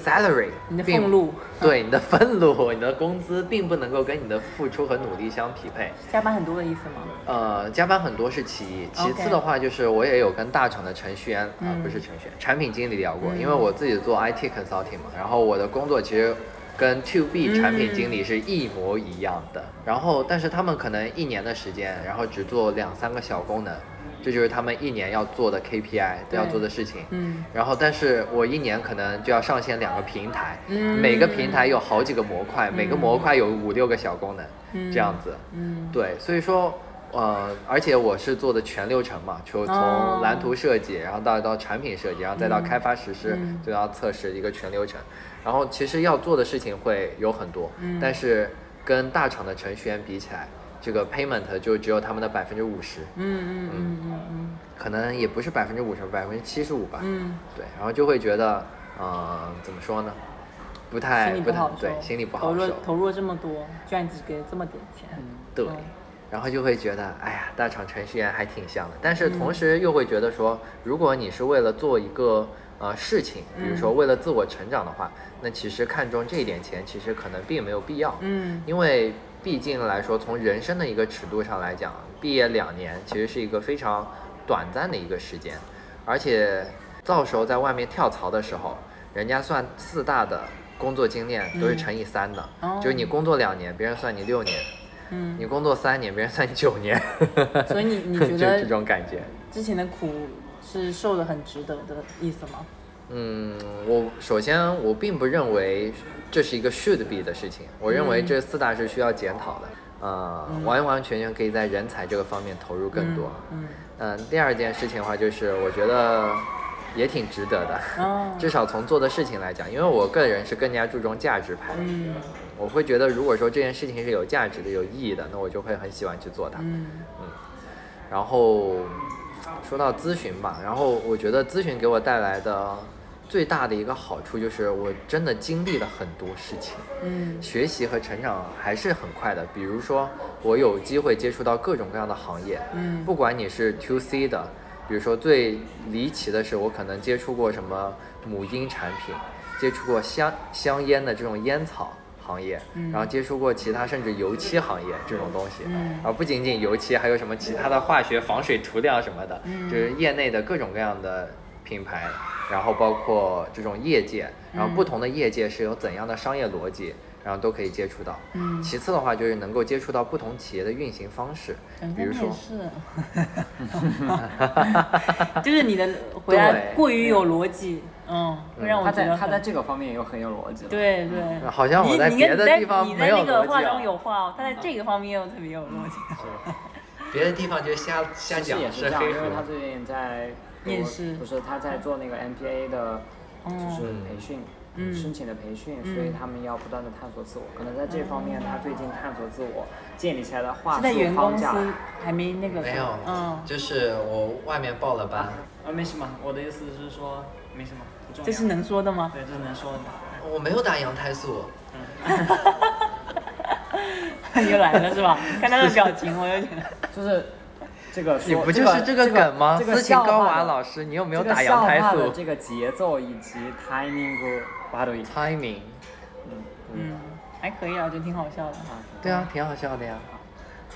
[SPEAKER 2] salary，
[SPEAKER 4] 你的
[SPEAKER 2] 并
[SPEAKER 4] 俸禄，
[SPEAKER 2] 对你的俸禄，你的工资并不能够跟你的付出和努力相匹配。
[SPEAKER 4] 加班很多的意思吗？
[SPEAKER 2] 呃，加班很多是其一，其
[SPEAKER 4] OK 嗯
[SPEAKER 2] 次的话就是我也有跟大厂的程序员啊、不是程序员，产品经理聊过，因为我自己做 IT consulting 嘛，然后我的工作其实跟 to B
[SPEAKER 4] 嗯
[SPEAKER 2] 产品经理是一模一样的，然后但是他们可能一年的时间，然后只做两三个小功能，这就是他们一年要做的 KPI
[SPEAKER 4] 对
[SPEAKER 2] 要做的事情。
[SPEAKER 4] 嗯，
[SPEAKER 2] 然后，但是我一年可能就要上线两个平台，
[SPEAKER 4] 嗯
[SPEAKER 2] 每个平台有好几个模块，每个模块有五六个小功能，这样子。
[SPEAKER 4] 嗯，
[SPEAKER 2] 对，所以说，呃，而且我是做的全流程嘛，就
[SPEAKER 4] 哦
[SPEAKER 2] 从蓝图设计，然后到到产品设计，然后再到开发实施，
[SPEAKER 4] 嗯
[SPEAKER 2] 就要测试一个全流程。然后其实要做的事情会有很多，
[SPEAKER 4] 嗯
[SPEAKER 2] 但是跟大厂的程序员比起来，这个 payment 就只有他们的百分之五十，
[SPEAKER 4] 嗯嗯嗯嗯嗯
[SPEAKER 2] 可能也不是百分之五十，百分之七十五吧。
[SPEAKER 4] 嗯，
[SPEAKER 2] 对，然后就会觉得，呃，怎么说呢？不太
[SPEAKER 4] 心里
[SPEAKER 2] 不
[SPEAKER 4] 不
[SPEAKER 2] 太
[SPEAKER 4] 好受，哦
[SPEAKER 2] 对，哎心里不
[SPEAKER 4] 投
[SPEAKER 2] 好
[SPEAKER 4] 入
[SPEAKER 2] 受。
[SPEAKER 4] 投入了这么多，居然只给了这么点钱，
[SPEAKER 2] 对
[SPEAKER 4] 嗯，
[SPEAKER 2] 然后就会觉得，哎呀，大厂程序员还挺像的，但是
[SPEAKER 4] 嗯
[SPEAKER 2] 同时又会觉得说，如果你是为了做一个呃事情，比如
[SPEAKER 4] 嗯
[SPEAKER 2] 说为了自我成长的话，那其实看重这一点钱，其实可能并没有必要，
[SPEAKER 4] 嗯
[SPEAKER 2] 因为毕竟来说，从人生的一个尺度上来讲，毕业两年其实是一个非常短暂的一个时间，而且到时候在外面跳槽的时候，人家算四大的工作经验都是乘以三的，
[SPEAKER 4] 嗯哦
[SPEAKER 2] 就是你工作两年，别人算你六年。
[SPEAKER 4] 嗯，
[SPEAKER 2] 你工作三年，别人算你九年，
[SPEAKER 4] 所以你你
[SPEAKER 2] (laughs) 就
[SPEAKER 4] 觉
[SPEAKER 2] 这
[SPEAKER 4] 得
[SPEAKER 2] 种感觉？
[SPEAKER 4] 之前的苦是受的很值得的意思吗？
[SPEAKER 2] 嗯，我首先我并不认为这是一个 should be 的事情，我认为这四大是需要检讨的，呃，完完全全可以在人才这个方面投入更多。
[SPEAKER 4] 嗯，
[SPEAKER 2] 嗯、第二件事情的话，就是我觉得也挺值得的，
[SPEAKER 4] 哦，
[SPEAKER 2] 至少从做的事情来讲，因为我个人是更加注重价值派的，
[SPEAKER 4] 嗯
[SPEAKER 2] 我会觉得如果说这件事情是有价值的、有意义的，那我就会很喜欢去做它。
[SPEAKER 4] 嗯
[SPEAKER 2] 然后说到咨询吧，然后我觉得咨询给我带来的最大的一个好处就是我真的经历了很多事情，
[SPEAKER 4] 嗯
[SPEAKER 2] 学习和成长还是很快的。比如说，我有机会接触到各种各样的行业，
[SPEAKER 4] 嗯
[SPEAKER 2] 不管你是 to C 的，比如说最离奇的是，我可能接触过什么母婴产品，接触过香香烟的这种烟草行业，然后接触过其他甚至油漆行业这种东西，啊
[SPEAKER 4] 嗯
[SPEAKER 2] 而不仅仅油漆，还有什么其他的化学防水涂料什么的，
[SPEAKER 4] 嗯
[SPEAKER 2] 就是业内的各种各样的品牌，然后包括这种业界，然后不同的业界是有怎样的商业逻辑。然后都可以接触到。
[SPEAKER 4] 嗯，
[SPEAKER 2] 其次的话，就是能够接触到不同企业的运行方式，
[SPEAKER 3] 嗯
[SPEAKER 2] 比如说，
[SPEAKER 4] (laughs) 是，就是你的回答
[SPEAKER 2] 对
[SPEAKER 4] 过于有逻辑，嗯，会让我
[SPEAKER 3] (laughs) 他
[SPEAKER 4] 觉
[SPEAKER 3] 在
[SPEAKER 4] 得
[SPEAKER 3] 他
[SPEAKER 4] 很
[SPEAKER 3] 在这个方面也有很有逻辑。，
[SPEAKER 4] 对对，
[SPEAKER 2] 好像我
[SPEAKER 4] 你
[SPEAKER 2] 在
[SPEAKER 4] 你
[SPEAKER 2] 别
[SPEAKER 4] 跟
[SPEAKER 2] 的
[SPEAKER 4] 你在
[SPEAKER 2] 地方
[SPEAKER 4] 你
[SPEAKER 2] 没
[SPEAKER 4] 在
[SPEAKER 2] 有
[SPEAKER 4] 那个
[SPEAKER 2] 逻
[SPEAKER 4] 话
[SPEAKER 2] 辑啊
[SPEAKER 4] 中有话哦，他在这个方面又特别有逻辑。
[SPEAKER 2] 别的地方就是瞎瞎
[SPEAKER 3] 其实
[SPEAKER 2] 讲
[SPEAKER 3] 也是这样，
[SPEAKER 2] 黑
[SPEAKER 3] 因为他
[SPEAKER 2] 盒。
[SPEAKER 3] 最近在读
[SPEAKER 4] 面试
[SPEAKER 3] 不是他在做那个 MBA 的，就是
[SPEAKER 2] 嗯
[SPEAKER 3] 培训，
[SPEAKER 4] 嗯
[SPEAKER 3] 申请的培训，
[SPEAKER 4] 嗯
[SPEAKER 3] 所以他们要不断的探索自我。可能在这方面，他最近探索自我建立起来的话
[SPEAKER 4] 是在
[SPEAKER 3] 术
[SPEAKER 4] 原
[SPEAKER 3] 框
[SPEAKER 4] 公
[SPEAKER 3] 架。
[SPEAKER 4] 司还没那个，
[SPEAKER 2] 没有，
[SPEAKER 4] 嗯，
[SPEAKER 2] 就是我外面报了班，
[SPEAKER 5] 啊，没什么，我的意思是说没什么，不重要。
[SPEAKER 4] 这是能说的吗？ (laughs)
[SPEAKER 5] 对，这是能说的。嗯
[SPEAKER 2] 我没有打羊胎素，
[SPEAKER 4] 又来了是 (laughs) 吧？看他的表情，我就觉得
[SPEAKER 3] 就是这个
[SPEAKER 2] 你
[SPEAKER 3] 说，
[SPEAKER 2] 不就是
[SPEAKER 3] 这
[SPEAKER 2] 个梗吗？
[SPEAKER 3] 这
[SPEAKER 2] 斯
[SPEAKER 3] 个
[SPEAKER 2] 琴
[SPEAKER 3] 笑
[SPEAKER 2] 高
[SPEAKER 3] 话
[SPEAKER 2] 娃
[SPEAKER 3] 的
[SPEAKER 2] 老师，你有没
[SPEAKER 3] 没
[SPEAKER 2] 有打羊胎
[SPEAKER 3] 的
[SPEAKER 2] 素
[SPEAKER 3] 这个节奏以及 timing 悪い。
[SPEAKER 2] ？timing，
[SPEAKER 4] 嗯，还可以啊，我觉得挺好笑的。
[SPEAKER 2] 对啊，挺好笑的呀。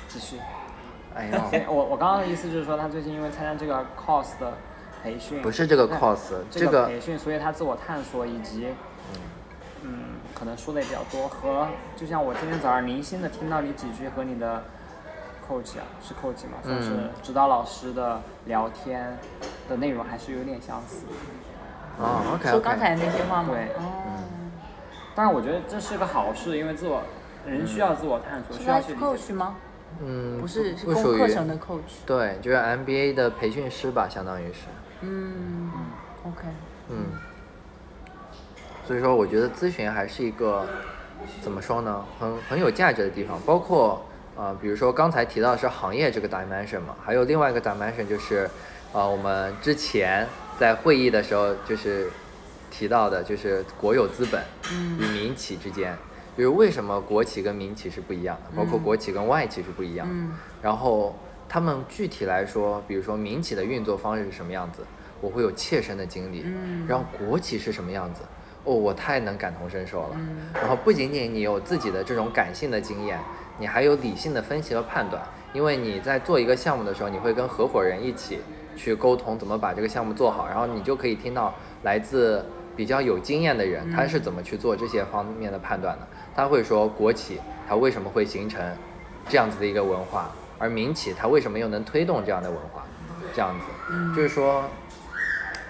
[SPEAKER 3] 继续。
[SPEAKER 2] 哎
[SPEAKER 3] (laughs) 所以
[SPEAKER 2] 呦，
[SPEAKER 3] 我我刚刚的意思就是说，他最近因为参加这个 cos 的培训，
[SPEAKER 2] 不是这个
[SPEAKER 3] 那
[SPEAKER 2] cos，
[SPEAKER 3] 这
[SPEAKER 2] 这个
[SPEAKER 3] 培训，所以他自我探索以及，嗯，可能说的也比较多。和就像我今天早上零星的听到你几句和你的 coach 啊，是 coach 嘛，算是
[SPEAKER 2] 嗯
[SPEAKER 3] 指导老师的聊天的内容还是有点相似。
[SPEAKER 2] 哦，OK
[SPEAKER 4] 说刚
[SPEAKER 2] OK，
[SPEAKER 4] 才那些话吗？
[SPEAKER 3] 对
[SPEAKER 2] 嗯
[SPEAKER 4] 哦，
[SPEAKER 3] 但是我觉得这是个好事，因为自我人需要自我探索，
[SPEAKER 4] 是
[SPEAKER 3] 需要去
[SPEAKER 4] life
[SPEAKER 3] 理解
[SPEAKER 4] coach 吗？
[SPEAKER 2] 嗯，
[SPEAKER 4] 不是，是
[SPEAKER 2] 不
[SPEAKER 4] 工
[SPEAKER 2] 属
[SPEAKER 4] 课
[SPEAKER 2] 于，
[SPEAKER 4] 程的 coach。
[SPEAKER 2] 对，就是 MBA 的培训师吧，相当于是，
[SPEAKER 4] 嗯，OK，
[SPEAKER 2] 嗯。所以说，我觉得咨询还是一个怎么说呢，很很有价值的地方。包括呃，比如说刚才提到的是行业这个 dimension 嘛，还有另外一个 dimension 就是，呃，我们之前在会议的时候就是提到的，就是国有资本与民企之间，就是为什么国企跟民企是不一样的，包括国企跟外企是不一样的。
[SPEAKER 4] 嗯
[SPEAKER 2] 然后他们具体来说，比如说民企的运作方式是什么样子，我会有切身的经历。
[SPEAKER 4] 嗯
[SPEAKER 2] 然后国企是什么样子，哦，我太能感同身受了。
[SPEAKER 4] 嗯
[SPEAKER 2] 然后不仅仅你有自己的这种感性的经验，你还有理性的分析和判断，因为你在做一个项目的时候，你会跟合伙人一起去沟通怎么把这个项目做好，然后你就可以听到来自比较有经验的人
[SPEAKER 4] 嗯
[SPEAKER 2] 他是怎么去做这些方面的判断的。他会说国企它为什么会形成这样子的一个文化，而民企它为什么又能推动这样的文化，这样
[SPEAKER 4] 嗯
[SPEAKER 2] 子，就是说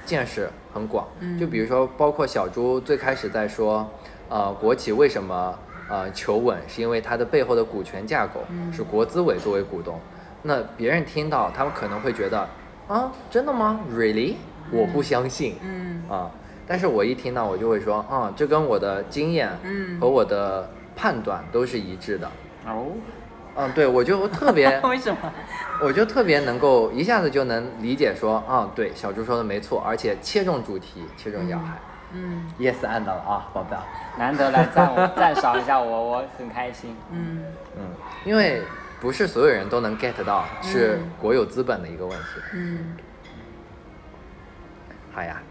[SPEAKER 2] 见识很广。就比如说，包括小猪最开始在说，呃，国企为什么呃求稳，是因为它的背后的股权架构
[SPEAKER 4] 嗯
[SPEAKER 2] 是国资委作为股东。那别人听到，他们可能会觉得，啊，真的吗？Really？我不相信。
[SPEAKER 4] 嗯
[SPEAKER 2] 啊、但是我一听到我就会说，啊、这跟我的经验
[SPEAKER 4] 嗯
[SPEAKER 2] 和我的判断都是一致的。
[SPEAKER 3] 哦，
[SPEAKER 2] 嗯，对，我就特别
[SPEAKER 4] (laughs) 为什么？
[SPEAKER 2] 我就特别能够一下子就能理解说，啊，对，小猪说的没错，而且切中主题，切中要害。
[SPEAKER 4] 嗯
[SPEAKER 2] yes，按到了啊，宝贝啊。
[SPEAKER 3] 难得来赞我赞赏一下我，我很开心。
[SPEAKER 4] 嗯
[SPEAKER 2] 嗯，因为不是所有人都能 get 到，是国有资本的一个问题。
[SPEAKER 4] 嗯
[SPEAKER 2] 好哎呀，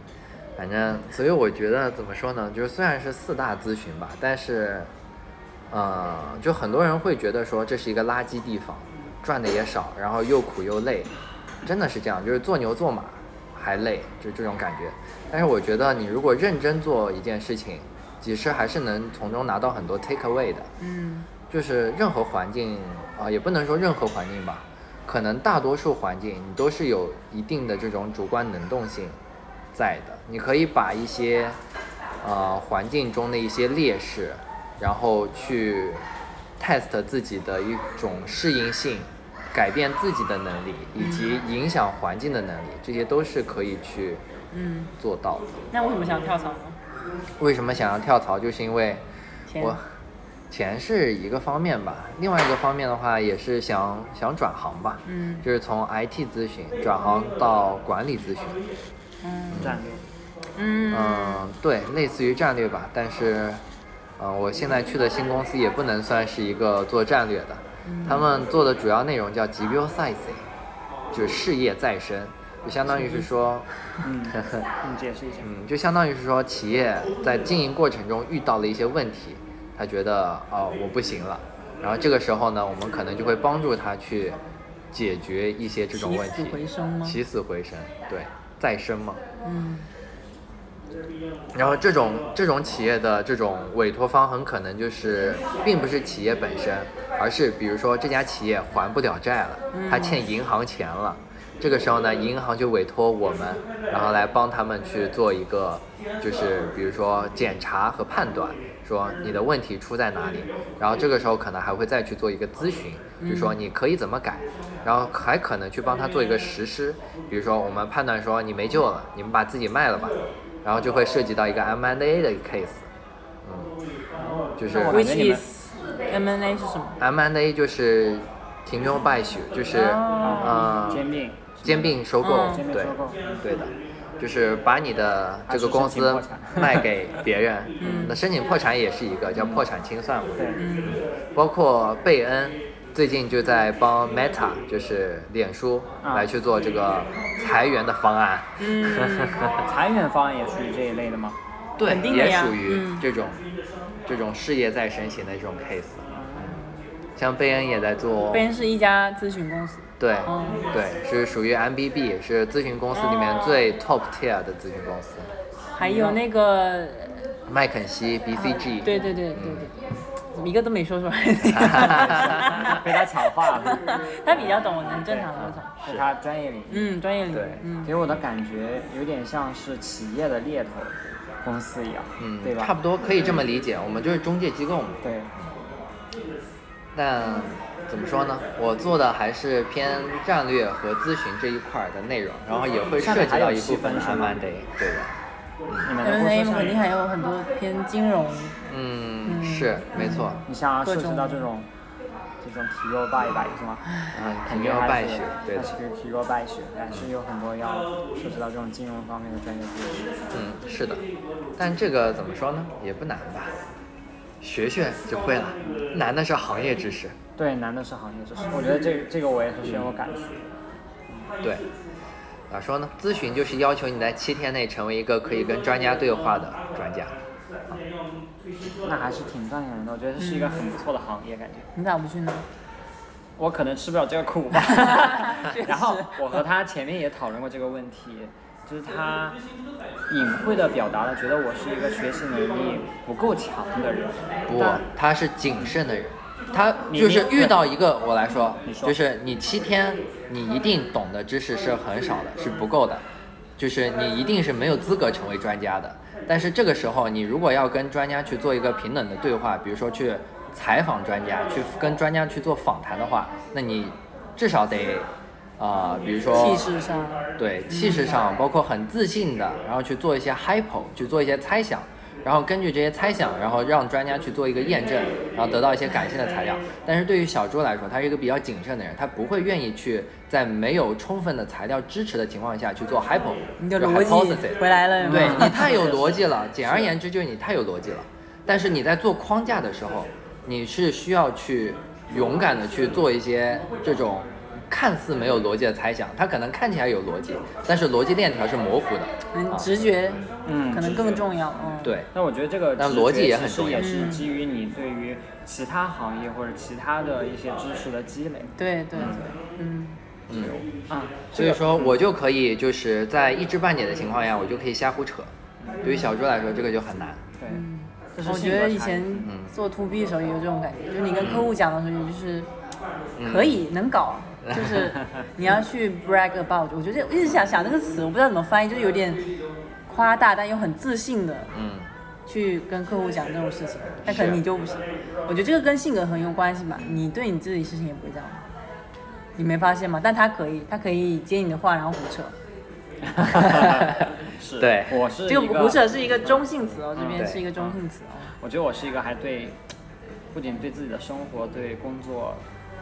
[SPEAKER 2] 反正所以我觉得怎么说呢，就是虽然是四大咨询吧，但是，呃，就很多人会觉得说这是一个垃圾地方，赚的也少，然后又苦又累，真的是这样，就是做牛做马还累，就这种感觉。但是我觉得你如果认真做一件事情，其实还是能从中拿到很多 take away 的。
[SPEAKER 4] 嗯
[SPEAKER 2] 就是任何环境啊、也不能说任何环境吧，可能大多数环境你都是有一定的这种主观能动性在的。你可以把一些呃环境中的一些劣势，然后去 test 自己的一种适应性，改变自己的能力，以及影响环境的能力，这些都是可以去
[SPEAKER 4] 嗯，
[SPEAKER 2] 做到的。
[SPEAKER 4] 那为什么想跳槽呢？
[SPEAKER 2] 为什么想要跳槽，就是因为
[SPEAKER 4] 钱
[SPEAKER 2] 我钱是一个方面吧，另外一个方面的话也是想想转行吧，
[SPEAKER 4] 嗯
[SPEAKER 2] 就是从 IT 咨询转行到管理咨询，
[SPEAKER 4] 嗯
[SPEAKER 3] 战略，
[SPEAKER 4] 嗯
[SPEAKER 2] 嗯，对，类似于战略吧，但是，嗯，我现在去的新公司也不能算是一个做战略的，
[SPEAKER 4] 嗯
[SPEAKER 2] 他们做的主要内容叫 g b o s i z e 就是事业再生，就相当于是说， (laughs)
[SPEAKER 3] 嗯，你解释一下。
[SPEAKER 2] 嗯，就相当于是说企业在经营过程中遇到了一些问题，他觉得哦我不行了，然后这个时候呢，我们可能就会帮助他去解决一些这种
[SPEAKER 4] 起
[SPEAKER 2] 问
[SPEAKER 4] 死
[SPEAKER 2] 题，
[SPEAKER 4] 回生吗？
[SPEAKER 2] 起死回生，对，再生嘛。
[SPEAKER 4] 嗯，
[SPEAKER 2] 然后这种这种企业的这种委托方很可能就是，并不是企业本身，而是比如说这家企业还不了债了，他欠银行钱了，这个时候呢，银行就委托我们，然后来帮他们去做一个，就是比如说检查和判断，说你的问题出在哪里，然后这个时候可能还会再去做一个咨询，比如说你可以怎么改，然后还可能去帮他做一个实施，比如说我们判断说你没救了，你们把自己卖了吧，然后就会涉及到一个 M&A 的 case，嗯，就是
[SPEAKER 3] 那我感
[SPEAKER 4] Which
[SPEAKER 3] 觉你们
[SPEAKER 4] is M&A 是什么？
[SPEAKER 2] M&A 就是停用败血，就是
[SPEAKER 3] 啊
[SPEAKER 2] 呃
[SPEAKER 3] 兼并，
[SPEAKER 2] 兼并收购
[SPEAKER 4] 嗯，
[SPEAKER 3] 兼并
[SPEAKER 2] 对
[SPEAKER 3] 收购，
[SPEAKER 2] 对的，就是把你的这个公司
[SPEAKER 3] 还是申请破产
[SPEAKER 2] (laughs)
[SPEAKER 3] 嗯
[SPEAKER 2] 卖给别人。那申请破产也是一个叫破产清算嘛。
[SPEAKER 3] 对，
[SPEAKER 2] 包括贝恩最近就在帮 Meta，就是脸书
[SPEAKER 3] 啊嗯
[SPEAKER 2] 来去做这个裁员的方案。
[SPEAKER 3] 裁员方也属于这一类的吗？
[SPEAKER 2] 对
[SPEAKER 4] 肯定的
[SPEAKER 2] 也
[SPEAKER 4] 呀
[SPEAKER 2] 属于
[SPEAKER 4] 嗯
[SPEAKER 2] 这种、这种事业再生型的这种 case。像贝恩也在做，
[SPEAKER 4] 贝恩是一家咨询公司。
[SPEAKER 2] 对、
[SPEAKER 4] 哦
[SPEAKER 2] 对，是属于 MBB，是咨询公司里面
[SPEAKER 4] 哦
[SPEAKER 2] 最 top tier 的咨询公司。
[SPEAKER 4] 还有那个，
[SPEAKER 3] 嗯
[SPEAKER 2] 麦肯锡、BCG，、
[SPEAKER 4] 啊对对对对对，怎么一个都没说出来？
[SPEAKER 3] (laughs) 被他抢话了，
[SPEAKER 4] 他比较懂，很正常正常。
[SPEAKER 3] 是他专业领域。
[SPEAKER 4] 嗯，专业领域
[SPEAKER 2] 对，
[SPEAKER 4] 嗯，
[SPEAKER 3] 给我的感觉有点像是企业的猎头公司一样，
[SPEAKER 2] 嗯，
[SPEAKER 3] 对
[SPEAKER 2] 差
[SPEAKER 3] 吧？
[SPEAKER 2] 不多可以这么理解，我们就是中介机构嘛。
[SPEAKER 3] 对，
[SPEAKER 2] 但怎么说呢，我做的还是偏战略和咨询这一块儿的内容，然后也会涉及到一部分的
[SPEAKER 3] 上
[SPEAKER 2] M&A，
[SPEAKER 3] 面还有
[SPEAKER 2] 对的。
[SPEAKER 3] 你们的公
[SPEAKER 4] M&A
[SPEAKER 3] 司
[SPEAKER 4] 肯定
[SPEAKER 3] 上，
[SPEAKER 4] 还有很多偏金融，
[SPEAKER 2] 嗯，是没错，
[SPEAKER 3] 你像
[SPEAKER 4] 各
[SPEAKER 3] 涉
[SPEAKER 4] 种
[SPEAKER 3] 及到这种这种皮肉败败是吗？
[SPEAKER 2] 嗯，肯定
[SPEAKER 3] 肯定
[SPEAKER 2] 要
[SPEAKER 3] 还
[SPEAKER 2] 败
[SPEAKER 3] 是
[SPEAKER 2] 血，对
[SPEAKER 3] 还
[SPEAKER 2] 的，
[SPEAKER 3] 是皮肉败血，还是有很多要涉及到这种金融方面的专业知识。
[SPEAKER 2] 嗯，是的。但这个怎么说呢，也不难吧，学学就会了。难的是行业知识，
[SPEAKER 3] 对，难的是行业知识，我觉得这个这个我也是深有感触。
[SPEAKER 2] 对。咋说呢？咨询就是要求你在七天内成为一个可以跟专家对话的专家。
[SPEAKER 3] 那还是挺赚钱的，我觉得这是一
[SPEAKER 4] 嗯
[SPEAKER 3] 个很不错的行业，感觉。
[SPEAKER 4] 你咋不去呢？
[SPEAKER 3] 我可能吃不了这个苦吧
[SPEAKER 4] (laughs) 确实。
[SPEAKER 3] 然后我和他前面也讨论过这个问题，就是他隐晦的表达了，觉得我是一个学习能力不够强的人。
[SPEAKER 2] 不
[SPEAKER 3] 但，
[SPEAKER 2] 他是谨慎的人，他
[SPEAKER 3] 你
[SPEAKER 2] 就是
[SPEAKER 3] 你
[SPEAKER 2] 遇到一个我来说
[SPEAKER 3] 你，说
[SPEAKER 2] 就是你七天你一定懂的知识是很少的，是不够的，就是你一定是没有资格成为专家的。但是这个时候，你如果要跟专家去做一个平等的对话，比如说去采访专家，去跟专家去做访谈的话，那你至少得。啊、比
[SPEAKER 3] 哦
[SPEAKER 2] 如
[SPEAKER 4] 气
[SPEAKER 2] 说
[SPEAKER 4] 势上，
[SPEAKER 2] 对气势上，包括很自信的，然后去做一些 hypo，去做一些猜想，然后根据这些猜想，然后让专家去做一个验证，然后得到一些感性的材料。但是对于小猪来说，他是一个比较谨慎的人，他不会愿意去在没有充分的材料支持的情况下去做 hypo，
[SPEAKER 4] 你
[SPEAKER 2] 就
[SPEAKER 4] 的
[SPEAKER 2] 是
[SPEAKER 4] 逻
[SPEAKER 2] hypothesis
[SPEAKER 4] 辑回来了，有没
[SPEAKER 2] 对
[SPEAKER 4] 有 (laughs)
[SPEAKER 2] 你太有逻辑了，简而言之就是你太有逻辑了。但是你在做框架的时候，你是需要去勇敢的去做一些这种看似没有逻辑的猜想，它可能看起来有逻辑，但是逻辑链条是模糊的。
[SPEAKER 4] 嗯
[SPEAKER 2] 啊，
[SPEAKER 4] 直觉
[SPEAKER 3] 嗯
[SPEAKER 4] 可能更重要，嗯，，
[SPEAKER 2] 对，
[SPEAKER 3] 那我觉得这个
[SPEAKER 2] 但
[SPEAKER 3] 直
[SPEAKER 2] 逻
[SPEAKER 3] 觉
[SPEAKER 2] 辑也
[SPEAKER 3] 其
[SPEAKER 2] 很
[SPEAKER 3] 实
[SPEAKER 2] 重要
[SPEAKER 3] 也是基于你对于其他行业或者其他的一些知识的积累。
[SPEAKER 4] 对对对，嗯，
[SPEAKER 2] 嗯，
[SPEAKER 3] 啊，
[SPEAKER 2] 所以说我就可以就是在一知半解的情况下，我就可以瞎胡扯。对于小猪来说，这个就很难。
[SPEAKER 3] 对，
[SPEAKER 4] 嗯
[SPEAKER 2] (laughs)
[SPEAKER 3] 这是
[SPEAKER 4] 我
[SPEAKER 3] 性
[SPEAKER 4] 觉
[SPEAKER 3] 格
[SPEAKER 4] 得以
[SPEAKER 3] 差
[SPEAKER 4] 前
[SPEAKER 3] 异
[SPEAKER 2] 嗯
[SPEAKER 4] 做 to B 的时候也有这种感觉，就是你跟客户讲的时候，就是可以能搞，就是你要去 brag about。我觉得我一直想想这个词，我不知道怎么翻译，就是有点夸大，但又很自信的
[SPEAKER 2] 嗯，
[SPEAKER 4] 去跟客户讲这种事情，但
[SPEAKER 2] 是
[SPEAKER 4] 可能你就不行。我觉得这个跟性格很有关系吧，你对你自己事情也不会这样，你没发现吗？但他可以，他可以接你的话，然后胡扯。
[SPEAKER 3] (laughs) 是
[SPEAKER 2] 对
[SPEAKER 3] 我是
[SPEAKER 4] 这个
[SPEAKER 3] 一嗯
[SPEAKER 4] 胡扯是一个中性词哦，这边
[SPEAKER 2] 对
[SPEAKER 4] 是一个中性词哦。
[SPEAKER 3] 我觉得我是一个还对，不仅对自己的生活、对工作、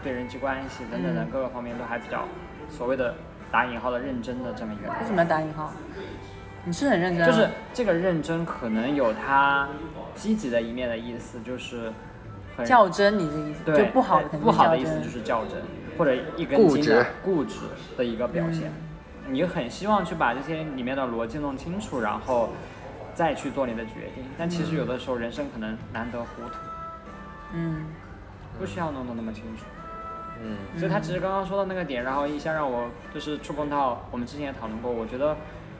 [SPEAKER 3] 对人际关系等等等各
[SPEAKER 4] 嗯
[SPEAKER 3] 个方面都还比较所谓的打引号的认真的这么一个人。
[SPEAKER 4] 为什么要打引号？你是很认真啊，
[SPEAKER 3] 就是这个认真可能有它积极的一面的意思，就是很
[SPEAKER 4] 较真，你的意思
[SPEAKER 3] 对
[SPEAKER 4] 就不好的肯定
[SPEAKER 3] 对不好
[SPEAKER 4] 较
[SPEAKER 3] 的意思
[SPEAKER 4] 真
[SPEAKER 3] 就是较真，或者一根
[SPEAKER 2] 固
[SPEAKER 3] 筋
[SPEAKER 2] 执
[SPEAKER 3] 的固执的一个表现。
[SPEAKER 4] 嗯
[SPEAKER 3] 你很希望去把这些里面的逻辑弄清楚，然后再去做你的决定。但其实有的时候人生可能难得糊涂，
[SPEAKER 4] 嗯，
[SPEAKER 3] 不需要弄得那么清楚。
[SPEAKER 2] 嗯
[SPEAKER 3] 所以他只是刚刚说到那个点，然后一下让我就是触碰到我们之前也讨论过，我觉得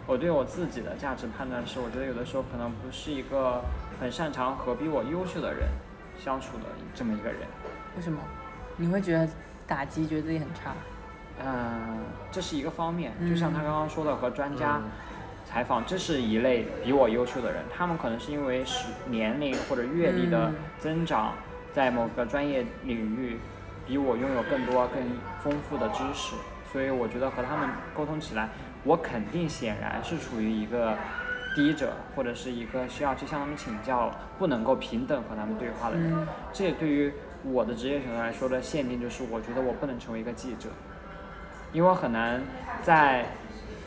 [SPEAKER 3] 我对我自己的价值判断是，我觉得有的时候可能不是一个很擅长和比我优秀的人相处的这么一个人。
[SPEAKER 4] 为什么？你会觉得打击，觉得自己很差？
[SPEAKER 3] 嗯，这是一个方面，就像他刚刚说的和专家采访，这是一类比我优秀的人，他们可能是因为是年龄或者阅历的
[SPEAKER 4] 嗯
[SPEAKER 3] 增长，在某个专业领域比我拥有更多更丰富的知识，所以我觉得和他们沟通起来，我肯定显然是处于一个。低者或者是一个需要去向他们请教，不能够平等和他们对话的人，这也对于我的职业选择来说的限定就是，我觉得我不能成为一个记者，因为我很难在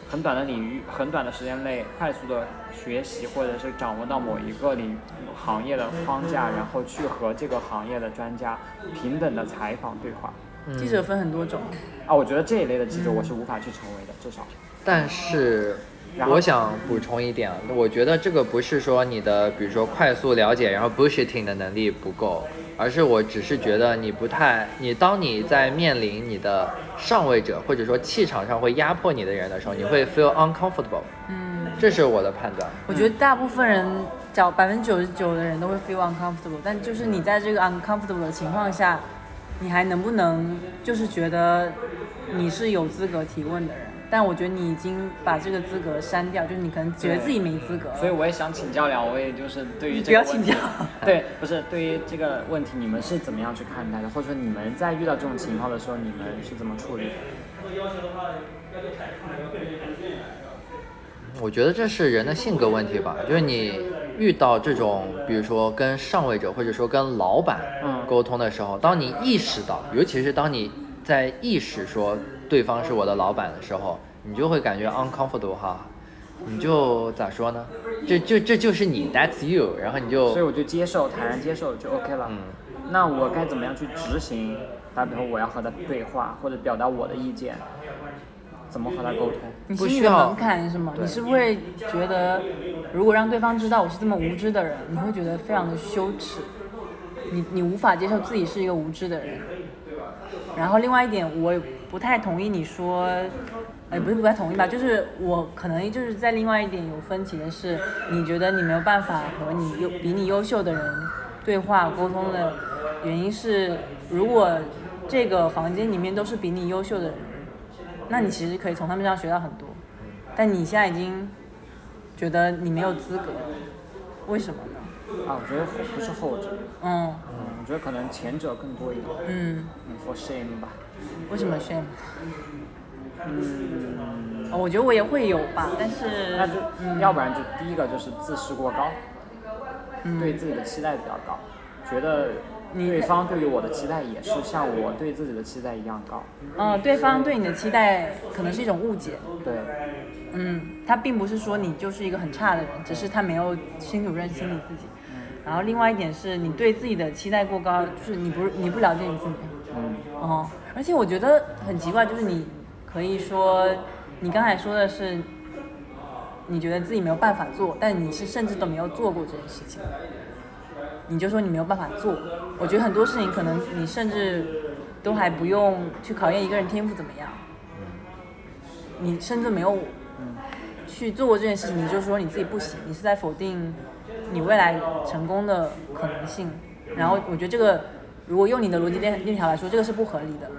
[SPEAKER 3] 很短的领域、很短的时间内快速的学习，或者是掌握到某一个领行业的框架，然后去和这个行业的专家平等的采访对话。
[SPEAKER 4] 记者分很多种，
[SPEAKER 3] 啊，我觉得这一类的记者我是无法去成为的，至少。
[SPEAKER 2] 但是
[SPEAKER 3] 然后
[SPEAKER 2] 我想补充一点，啊，我觉得这个不是说你的，比如说快速了解，然后 bullshitting 的能力不够，而是我只是觉得你不太，你当你在面临你的上位者或者说气场上会压迫你的人的时候，你会 feel uncomfortable，
[SPEAKER 4] 嗯，
[SPEAKER 2] 这是我的判断。
[SPEAKER 4] 我
[SPEAKER 3] 嗯
[SPEAKER 4] 觉得大部分人，找百分之九十九的人都会 feel uncomfortable，但就是你在这个 uncomfortable 的情况下，你还能不能就是觉得你是有资格提问的人？但我觉得你已经把这个资格删掉，就是你可能觉得自己没资格了。
[SPEAKER 3] 所以我也想请教两位，就是对于
[SPEAKER 4] 你
[SPEAKER 3] 这
[SPEAKER 4] 不要
[SPEAKER 3] 个问
[SPEAKER 4] 请
[SPEAKER 3] 题
[SPEAKER 4] 教，
[SPEAKER 3] (laughs) 对，不是对于这个问题，你们是怎么样去看待的，或者说你们在遇到这种情况的时候，你们是怎么处理的？
[SPEAKER 2] 我觉得这是人的性格问题吧，就是你遇到这种，比如说跟上位者或者说跟老板
[SPEAKER 3] 嗯
[SPEAKER 2] 沟通的时候，当你意识到，尤其是当你在意识说对方是我的老板的时候，你就会感觉 uncomfortable 哈，你就咋说呢？这就这就是你，that's you，然后你
[SPEAKER 3] 所以
[SPEAKER 2] 就
[SPEAKER 3] 我就接受，坦然接受就 OK 了。
[SPEAKER 2] 嗯
[SPEAKER 3] 那我该怎么样去执行？打比方，我要和他对话，或者表达我的意见，怎么和他沟通？
[SPEAKER 4] 你
[SPEAKER 2] 不
[SPEAKER 4] 心里
[SPEAKER 2] 需
[SPEAKER 4] 的
[SPEAKER 2] 要
[SPEAKER 4] 门槛是吗？
[SPEAKER 2] 对
[SPEAKER 4] 你是不是会觉得，如果让对方知道我是这么无知的人，你会觉得非常的羞耻，你你无法接受自己是一个无知的人。然后另外一点，我也不太同意你说，呃，不是不太同意吧，就是我可能就是在另外一点有分歧的是，你觉得你没有办法和你优比你优秀的人对话沟通的原因是，如果这个房间里面都是比你优秀的人，那你其实可以从他们身上学到很多，但你现在已经觉得你没有资格，为什么呢？
[SPEAKER 3] 啊，我觉得后不是后者，
[SPEAKER 4] 嗯
[SPEAKER 3] 嗯，我觉得可能前者更多一点。
[SPEAKER 4] 嗯，
[SPEAKER 3] 嗯，for shame 吧。
[SPEAKER 4] 为什么 shame？
[SPEAKER 3] 嗯，
[SPEAKER 4] 哦我觉得我也会有吧，但是
[SPEAKER 3] 那就、要不然就第一个就是自视过高，对自己的期待比较高，觉得
[SPEAKER 4] 嗯你
[SPEAKER 3] 对方对于我的期待也是像我对自己的期待一样高。
[SPEAKER 4] 嗯，对方对你的期待可能是一种误解，
[SPEAKER 3] 对，
[SPEAKER 4] 嗯，他并不是说你就是一个很差的人，只是他没有清楚认清你自己。然后另外一点是你对自己的期待过高，就是你不你不了解你自己。
[SPEAKER 3] 嗯，
[SPEAKER 4] 哦，而且我觉得很奇怪，就是你可以说，你刚才说的是，你觉得自己没有办法做，但你是甚至都没有做过这件事情，你就说你没有办法做。我觉得很多事情可能你甚至都还不用去考验一个人天赋怎么样，你甚至没有去做过这件事情，你就说你自己不行，你是在否定你未来成功的可能性。然后我觉得这个，如果用你的逻辑链链条来说，这个是不合理的。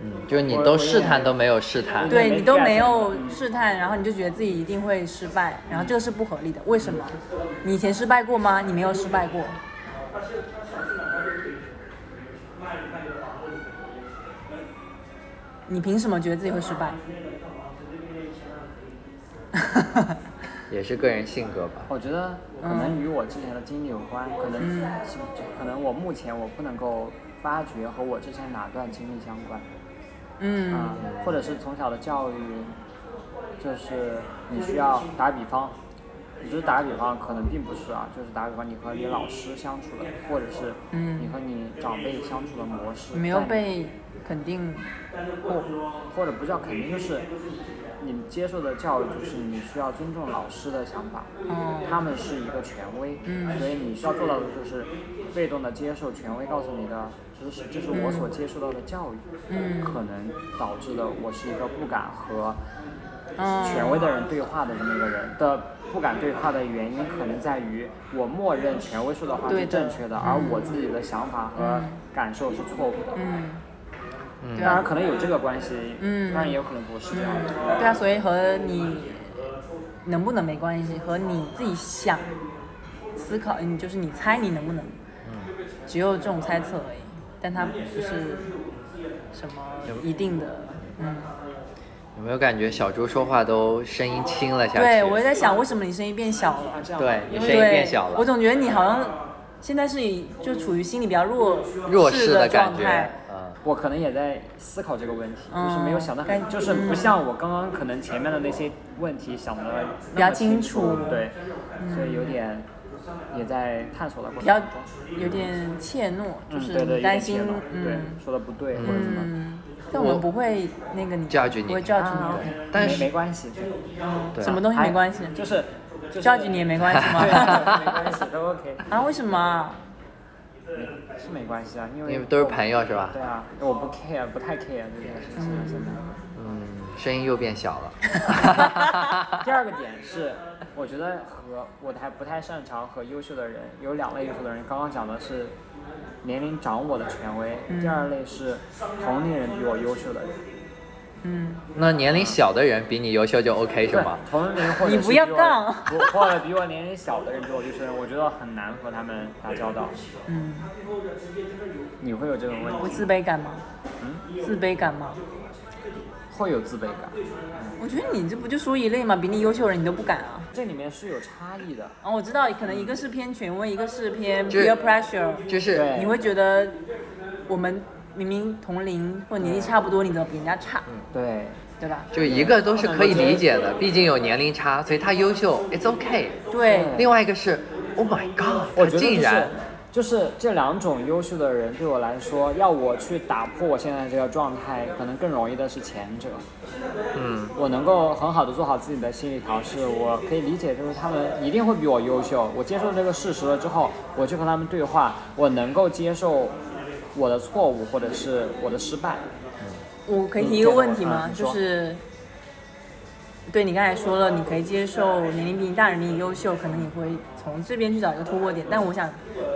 [SPEAKER 2] 嗯，就是你都试探都没有试探，
[SPEAKER 4] 对
[SPEAKER 3] 没
[SPEAKER 4] 你都
[SPEAKER 3] get
[SPEAKER 4] 没有试探，然后你就觉得自己一定会失败，然后这个是不合理的。为什么？你以前失败过吗？你没有失败过。你凭什么觉得自己会失败？
[SPEAKER 2] 也是个人性格吧。
[SPEAKER 3] 我觉得可能与我之前的经历有关，可能、
[SPEAKER 4] 嗯
[SPEAKER 3] 可能我目前我不能够发觉和我之前哪段经历相关，
[SPEAKER 4] 嗯
[SPEAKER 3] 啊，或者是从小的教育就是你需要打比方，只是打比方，可能并不是啊，就是打比方，你和你老师相处的，或者是
[SPEAKER 4] 嗯
[SPEAKER 3] 你和你长辈相处的模式，
[SPEAKER 4] 没有
[SPEAKER 3] 在你
[SPEAKER 4] 被肯定过，
[SPEAKER 3] 或者不叫肯定，就是你接受的教育，就是你需要尊重老师的想法，
[SPEAKER 4] 哦
[SPEAKER 3] 他们是一个权威，
[SPEAKER 4] 嗯
[SPEAKER 3] 所以你需要做到的就是被动的接受权威告诉你的知识，这是我所接受到的教育，
[SPEAKER 4] 嗯
[SPEAKER 3] 可能导致的我是一个不敢和
[SPEAKER 4] 嗯
[SPEAKER 3] 呃权威的人对话的这么一个人的。不敢对话的原因，可能在于我默认权威说的话
[SPEAKER 4] 对
[SPEAKER 3] 是
[SPEAKER 4] 的
[SPEAKER 3] 正确的，而我自己的想法和感受是错误的。
[SPEAKER 4] 嗯，对
[SPEAKER 3] 当然
[SPEAKER 4] 啊，
[SPEAKER 3] 可能有这个关系，
[SPEAKER 4] 嗯
[SPEAKER 3] 当然也有可能不是这样的。
[SPEAKER 4] 对啊，所以和你能不能没关系，和你自己想思考，你就是你猜你能不能，只有这种猜测而已，但它不是什么一定的，嗯。
[SPEAKER 2] 有没有感觉小猪说话都声音轻了下去？
[SPEAKER 4] 对，我也在想为什么你声音变小了。
[SPEAKER 3] 啊，这样吧
[SPEAKER 2] 对，啊你声
[SPEAKER 4] 对，
[SPEAKER 2] 音变小了，
[SPEAKER 4] 我总觉得你好像现在是以就处于心理比较弱
[SPEAKER 2] 弱势
[SPEAKER 4] 的
[SPEAKER 2] 感
[SPEAKER 4] 状
[SPEAKER 2] 觉
[SPEAKER 4] 态。，
[SPEAKER 2] 嗯，
[SPEAKER 3] 我可能也在思考这个问题，
[SPEAKER 4] 嗯
[SPEAKER 3] 就是没有想到
[SPEAKER 4] 该，
[SPEAKER 3] 就是不像我刚刚可能前面的那些问题想的
[SPEAKER 4] 比较
[SPEAKER 3] 清
[SPEAKER 4] 清楚嗯
[SPEAKER 3] 对，所以有点也在探索的过
[SPEAKER 4] 比较
[SPEAKER 3] 程中，
[SPEAKER 4] 有点怯懦，就
[SPEAKER 3] 嗯，
[SPEAKER 4] 是
[SPEAKER 3] 对对，有
[SPEAKER 4] 担
[SPEAKER 3] 点
[SPEAKER 4] 心
[SPEAKER 3] 怯懦，对
[SPEAKER 4] 嗯，
[SPEAKER 3] 说的不对或者什么，
[SPEAKER 4] 嗯，但我们不会那个你
[SPEAKER 2] judge 你
[SPEAKER 4] 不会 judge
[SPEAKER 3] 啊
[SPEAKER 4] 你，
[SPEAKER 3] ，OK，
[SPEAKER 2] 但
[SPEAKER 3] 没
[SPEAKER 2] 是
[SPEAKER 3] 没关系，对
[SPEAKER 2] 对啊，
[SPEAKER 4] 什么东西没关系
[SPEAKER 3] 哎就是就是
[SPEAKER 4] ，judge 你也没关系
[SPEAKER 3] 对，
[SPEAKER 4] 吗？
[SPEAKER 3] 没关系，都 OK，
[SPEAKER 4] 啊，为什么啊？
[SPEAKER 3] 是没关系啊，因
[SPEAKER 2] 因为
[SPEAKER 3] 为
[SPEAKER 2] 都是朋友是吧？
[SPEAKER 3] 对啊，我不 care，不太 care 这件事情啊，现在。
[SPEAKER 2] 嗯，声音又变小了。
[SPEAKER 3] 第二个点是，我觉得和我还不太擅长和优秀的人有两类优秀的人，刚刚讲的是年龄长我的权威，第二类是同龄人比我优秀的人，
[SPEAKER 4] 嗯，
[SPEAKER 2] 那年龄小的人比你优秀就 OK 是
[SPEAKER 3] 对
[SPEAKER 2] 吗？
[SPEAKER 3] 同龄或者
[SPEAKER 4] 你
[SPEAKER 3] 是
[SPEAKER 4] 不要
[SPEAKER 3] 比我
[SPEAKER 4] 杠
[SPEAKER 3] 不或者比我年龄小的人比我优秀的人，我觉得很难和他们打交道。
[SPEAKER 4] 嗯，
[SPEAKER 3] 你会有这种问
[SPEAKER 4] 我
[SPEAKER 3] 题，
[SPEAKER 4] 自卑感吗？
[SPEAKER 2] 嗯
[SPEAKER 4] 自卑感吗？
[SPEAKER 3] 会有自卑感，
[SPEAKER 4] 我觉得你这不就说一类吗？比你优秀的人你都不敢啊。
[SPEAKER 3] 这里面是有差异的。
[SPEAKER 4] 啊，我知道，可能一个是偏权威，一个是偏
[SPEAKER 2] 就是
[SPEAKER 4] peer pressure。
[SPEAKER 2] 就是
[SPEAKER 3] 对
[SPEAKER 4] 你会觉得我们明明同龄或年纪差不多，你怎么比人家差，
[SPEAKER 3] 对，
[SPEAKER 4] 对吧？
[SPEAKER 2] 就一个都是可以理解的，毕竟有年龄差，所以他优秀，it's OK。
[SPEAKER 4] 对，
[SPEAKER 2] 另外一个是，Oh my God，他
[SPEAKER 3] 我觉得
[SPEAKER 2] 竟然
[SPEAKER 3] 就是就是这两种优秀的人对我来说，要我去打破我现在这个状态，可能更容易的是前者。
[SPEAKER 2] 嗯，
[SPEAKER 3] 我能够很好的做好自己的心理调试，我可以理解，就是他们一定会比我优秀。我接受这个事实了之后，我去和他们对话，我能够接受我的错误或者是我的失败。
[SPEAKER 4] 我可以提一个问题吗
[SPEAKER 3] 嗯？你
[SPEAKER 4] 就
[SPEAKER 3] 说
[SPEAKER 4] 是，对你刚才说了，你可以接受年龄比你大人比你优秀，可能你会从这边去找一个突破点。但我想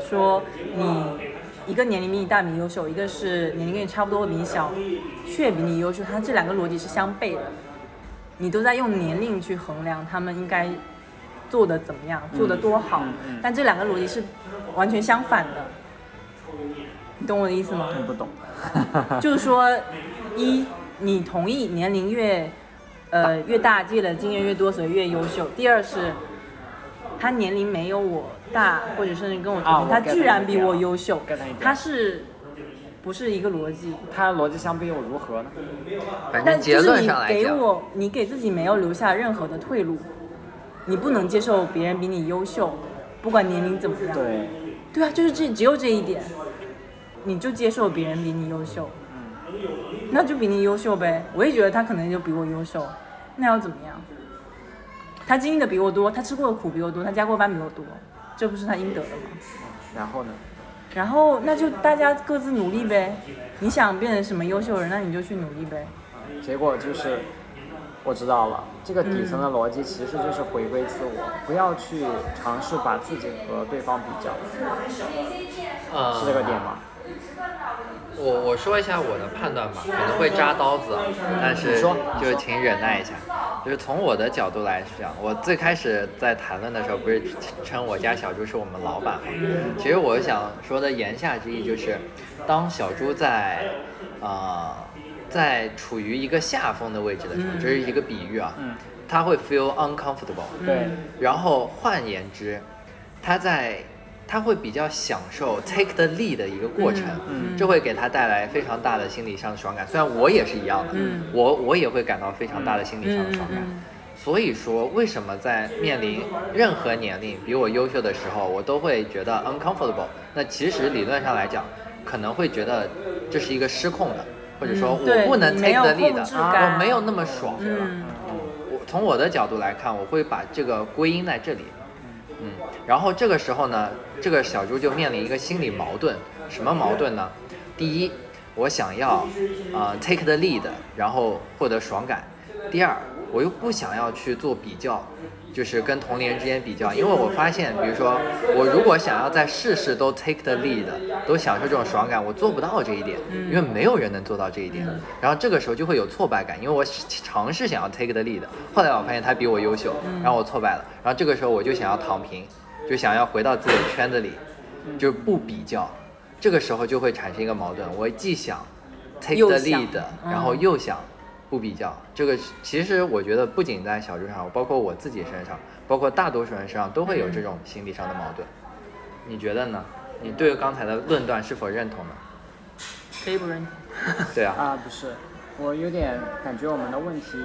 [SPEAKER 4] 说，你一个年龄比你大比你优秀，一个是年龄跟你差不多比你小却比你优秀，它这两个逻辑是相悖的。你都在用年龄去衡量他们应该做的怎么样，做的多好，
[SPEAKER 3] 嗯嗯
[SPEAKER 4] 但这两个逻辑是完全相反的。你懂我的意思吗？
[SPEAKER 3] 听不懂， (laughs)
[SPEAKER 4] (laughs) 就是说，一，你同意年龄越呃越大，积累的经验越多，所以越优秀。第二是，他年龄没有我大，或者甚至跟我同
[SPEAKER 3] 啊
[SPEAKER 4] 龄，
[SPEAKER 3] 我
[SPEAKER 4] 他
[SPEAKER 3] get
[SPEAKER 4] 居然
[SPEAKER 3] 到你
[SPEAKER 4] 比
[SPEAKER 3] 的
[SPEAKER 4] 我
[SPEAKER 3] 点
[SPEAKER 4] 优秀
[SPEAKER 3] get 到你的，点
[SPEAKER 4] 他是不是一个逻辑？
[SPEAKER 3] 它逻辑相比又如何呢？
[SPEAKER 2] 反正
[SPEAKER 4] 但
[SPEAKER 2] 结
[SPEAKER 4] 就是
[SPEAKER 2] 论
[SPEAKER 4] 你
[SPEAKER 2] 上来
[SPEAKER 4] 给
[SPEAKER 2] 讲，
[SPEAKER 4] 我，你给自己没有留下任何的退路，你不能接受别人比你优秀，不管年龄怎么样。
[SPEAKER 3] 对，
[SPEAKER 4] 对啊，就是这只有这一点，你就接受别人比你优秀，那就比你优秀呗。我也觉得他可能就比我优秀，那又怎么样？他经历的比我多，他吃过的苦比我多，他加过班比我多，这不是他应得的吗？
[SPEAKER 3] 然后呢？
[SPEAKER 4] 然后那就大家各自努力呗。你想变成什么优秀人，那你就去努力呗。
[SPEAKER 3] 结果就是我知道了，这个底
[SPEAKER 4] 嗯
[SPEAKER 3] 层的逻辑其实就是回归自我，不要去尝试把自己和对方比较，
[SPEAKER 2] 嗯，
[SPEAKER 3] 是这个点吗？
[SPEAKER 2] 我我说一下我的判断吧，可能会扎刀子，啊，但是
[SPEAKER 3] 你说
[SPEAKER 2] 就请忍耐一下。就是从我的角度来讲，我最开始在谈论的时候，不是称我家小猪是我们老板吗？其实我想说的言下之意就是，当小猪在，呃，在处于一个下风的位置的时
[SPEAKER 3] 嗯
[SPEAKER 2] 候，这是一个比喻啊，他会 feel uncomfortable，
[SPEAKER 4] 嗯
[SPEAKER 3] 对，
[SPEAKER 2] 然后换言之，他在他会比较享受 take the lead 的一个过程，
[SPEAKER 3] 嗯
[SPEAKER 2] 这会给他带来非常大的心理上的爽感。虽然我也是一样的，
[SPEAKER 4] 嗯
[SPEAKER 2] 我我也会感到非常大的心理上的爽感，
[SPEAKER 4] 嗯
[SPEAKER 2] 所以说，为什么在面临任何年龄比我优秀的时候，我都会觉得 uncomfortable？那其实理论上来讲，可能会觉得这是一个失控的，或者说
[SPEAKER 4] 嗯对
[SPEAKER 2] 我不能
[SPEAKER 4] 你没
[SPEAKER 2] take the
[SPEAKER 4] 有
[SPEAKER 2] lead
[SPEAKER 4] 控
[SPEAKER 2] 的，
[SPEAKER 4] 制感
[SPEAKER 2] 我没有那么爽。
[SPEAKER 4] 嗯，
[SPEAKER 2] 我从我的角度来看，我会把这个归因在这里。嗯，然后这个时候呢，这个小猪就面临一个心理矛盾，什么矛盾呢？第一，我想要呃 take the lead，然后获得爽感；第二，我又不想要去做比较，就是跟同龄人之间比较，因为我发现，比如说我如果想要在事事都 take the lead，都享受这种爽感，我做不到这一点，
[SPEAKER 4] 嗯
[SPEAKER 2] 因为没有人能做到这一点。然后这个时候就会有挫败感，因为我尝试想要 take the lead，后来我发现他比我优秀，
[SPEAKER 4] 嗯
[SPEAKER 2] 然后我挫败了。然后这个时候我就想要躺平，就想要回到自己的圈子里，
[SPEAKER 4] 嗯
[SPEAKER 2] 就不比较。这个时候就会产生一个矛盾，我既想 take
[SPEAKER 4] 又
[SPEAKER 2] the
[SPEAKER 4] 想
[SPEAKER 2] lead，然后
[SPEAKER 4] 嗯
[SPEAKER 2] 又想不比较。这个是其实我觉得不仅在小猪上，包括我自己身上，包括大多数人身上都会
[SPEAKER 4] 嗯
[SPEAKER 2] 有这种心理上的矛盾。你觉得呢？你对刚才的论断是否认同呢？
[SPEAKER 4] 可以不认同。
[SPEAKER 2] 对啊，
[SPEAKER 3] 啊，不是，我有点感觉我们的问题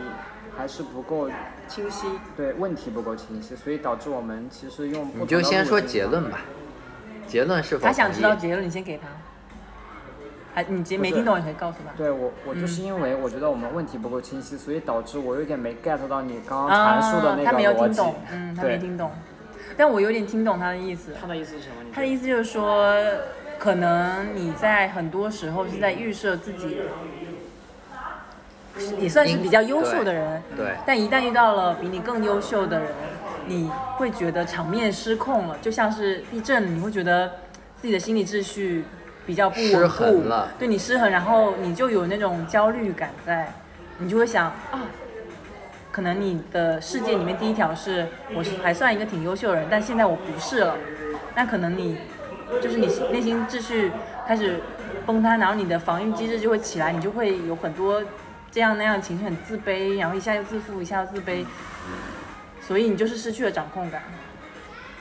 [SPEAKER 3] 还是不够，
[SPEAKER 4] 清晰，
[SPEAKER 3] 对，问题不够清晰，所以导致我们其实用不
[SPEAKER 2] 你就
[SPEAKER 3] 同的
[SPEAKER 2] 先
[SPEAKER 3] 路
[SPEAKER 2] 说
[SPEAKER 3] 径
[SPEAKER 2] 结论吧。结论是否
[SPEAKER 4] 他想
[SPEAKER 2] 同
[SPEAKER 4] 知道
[SPEAKER 2] 意
[SPEAKER 4] 结论，你先给他。还你结
[SPEAKER 3] 不
[SPEAKER 4] 没
[SPEAKER 3] 是
[SPEAKER 4] 听懂也可以告诉他。
[SPEAKER 3] 对我，我
[SPEAKER 4] 嗯
[SPEAKER 3] 就是因为我觉得我们问题不够清晰，所以导致我有点没 get 到你刚刚阐述的那
[SPEAKER 4] 啊他
[SPEAKER 3] 个
[SPEAKER 4] 没有
[SPEAKER 3] 逻
[SPEAKER 4] 听
[SPEAKER 3] 辑。
[SPEAKER 4] 懂，嗯，他没
[SPEAKER 3] 对，
[SPEAKER 4] 听懂，但我有点听懂他的意思。
[SPEAKER 5] 他的意思是什么？你
[SPEAKER 4] 他的意思就是说，可能你在很多时候是在预设自己，也算是比较优秀的人，
[SPEAKER 2] 对
[SPEAKER 4] 但一旦遇到了比你更优秀的人，你会觉得场面失控了，就像是地震，你会觉得自己的心理秩序比较不
[SPEAKER 2] 失
[SPEAKER 4] 稳固
[SPEAKER 2] 衡了
[SPEAKER 4] 对你失衡，然后你就有那种焦虑感在，你就会想啊。可能你的世界里面第一条是我是还算一个挺优秀的人，但现在我不是了，那可能你就是你内心秩序开始崩塌，然后你的防御机制就会起来，你就会有很多这样那样的情绪，很自卑，然后一下又自负，一下又自卑，所以你就是失去了掌控感，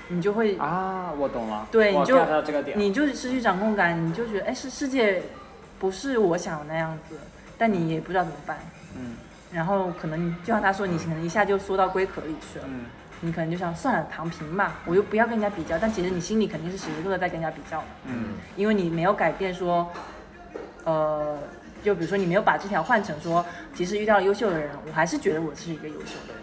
[SPEAKER 4] 你就会
[SPEAKER 3] 啊，我懂了，
[SPEAKER 4] 对，
[SPEAKER 3] 我
[SPEAKER 4] 你就
[SPEAKER 3] get 到这个点。
[SPEAKER 4] 你就失去掌控感，你就觉得哎，世世界不是我想的那样子，但你也不知道怎么办。
[SPEAKER 3] 嗯
[SPEAKER 4] 然后可能就像他说，你
[SPEAKER 2] 嗯
[SPEAKER 4] 可能一下就缩到龟壳里去了，
[SPEAKER 3] 嗯，
[SPEAKER 4] 你可能就想算了，躺平吧，我又不要跟人家比较，但其实你心里肯定是时时刻刻在跟人家比较的，
[SPEAKER 3] 嗯，
[SPEAKER 4] 因为你没有改变说，呃，就比如说你没有把这条换成说，其实遇到了优秀的人，我还是觉得我是一个优秀的人。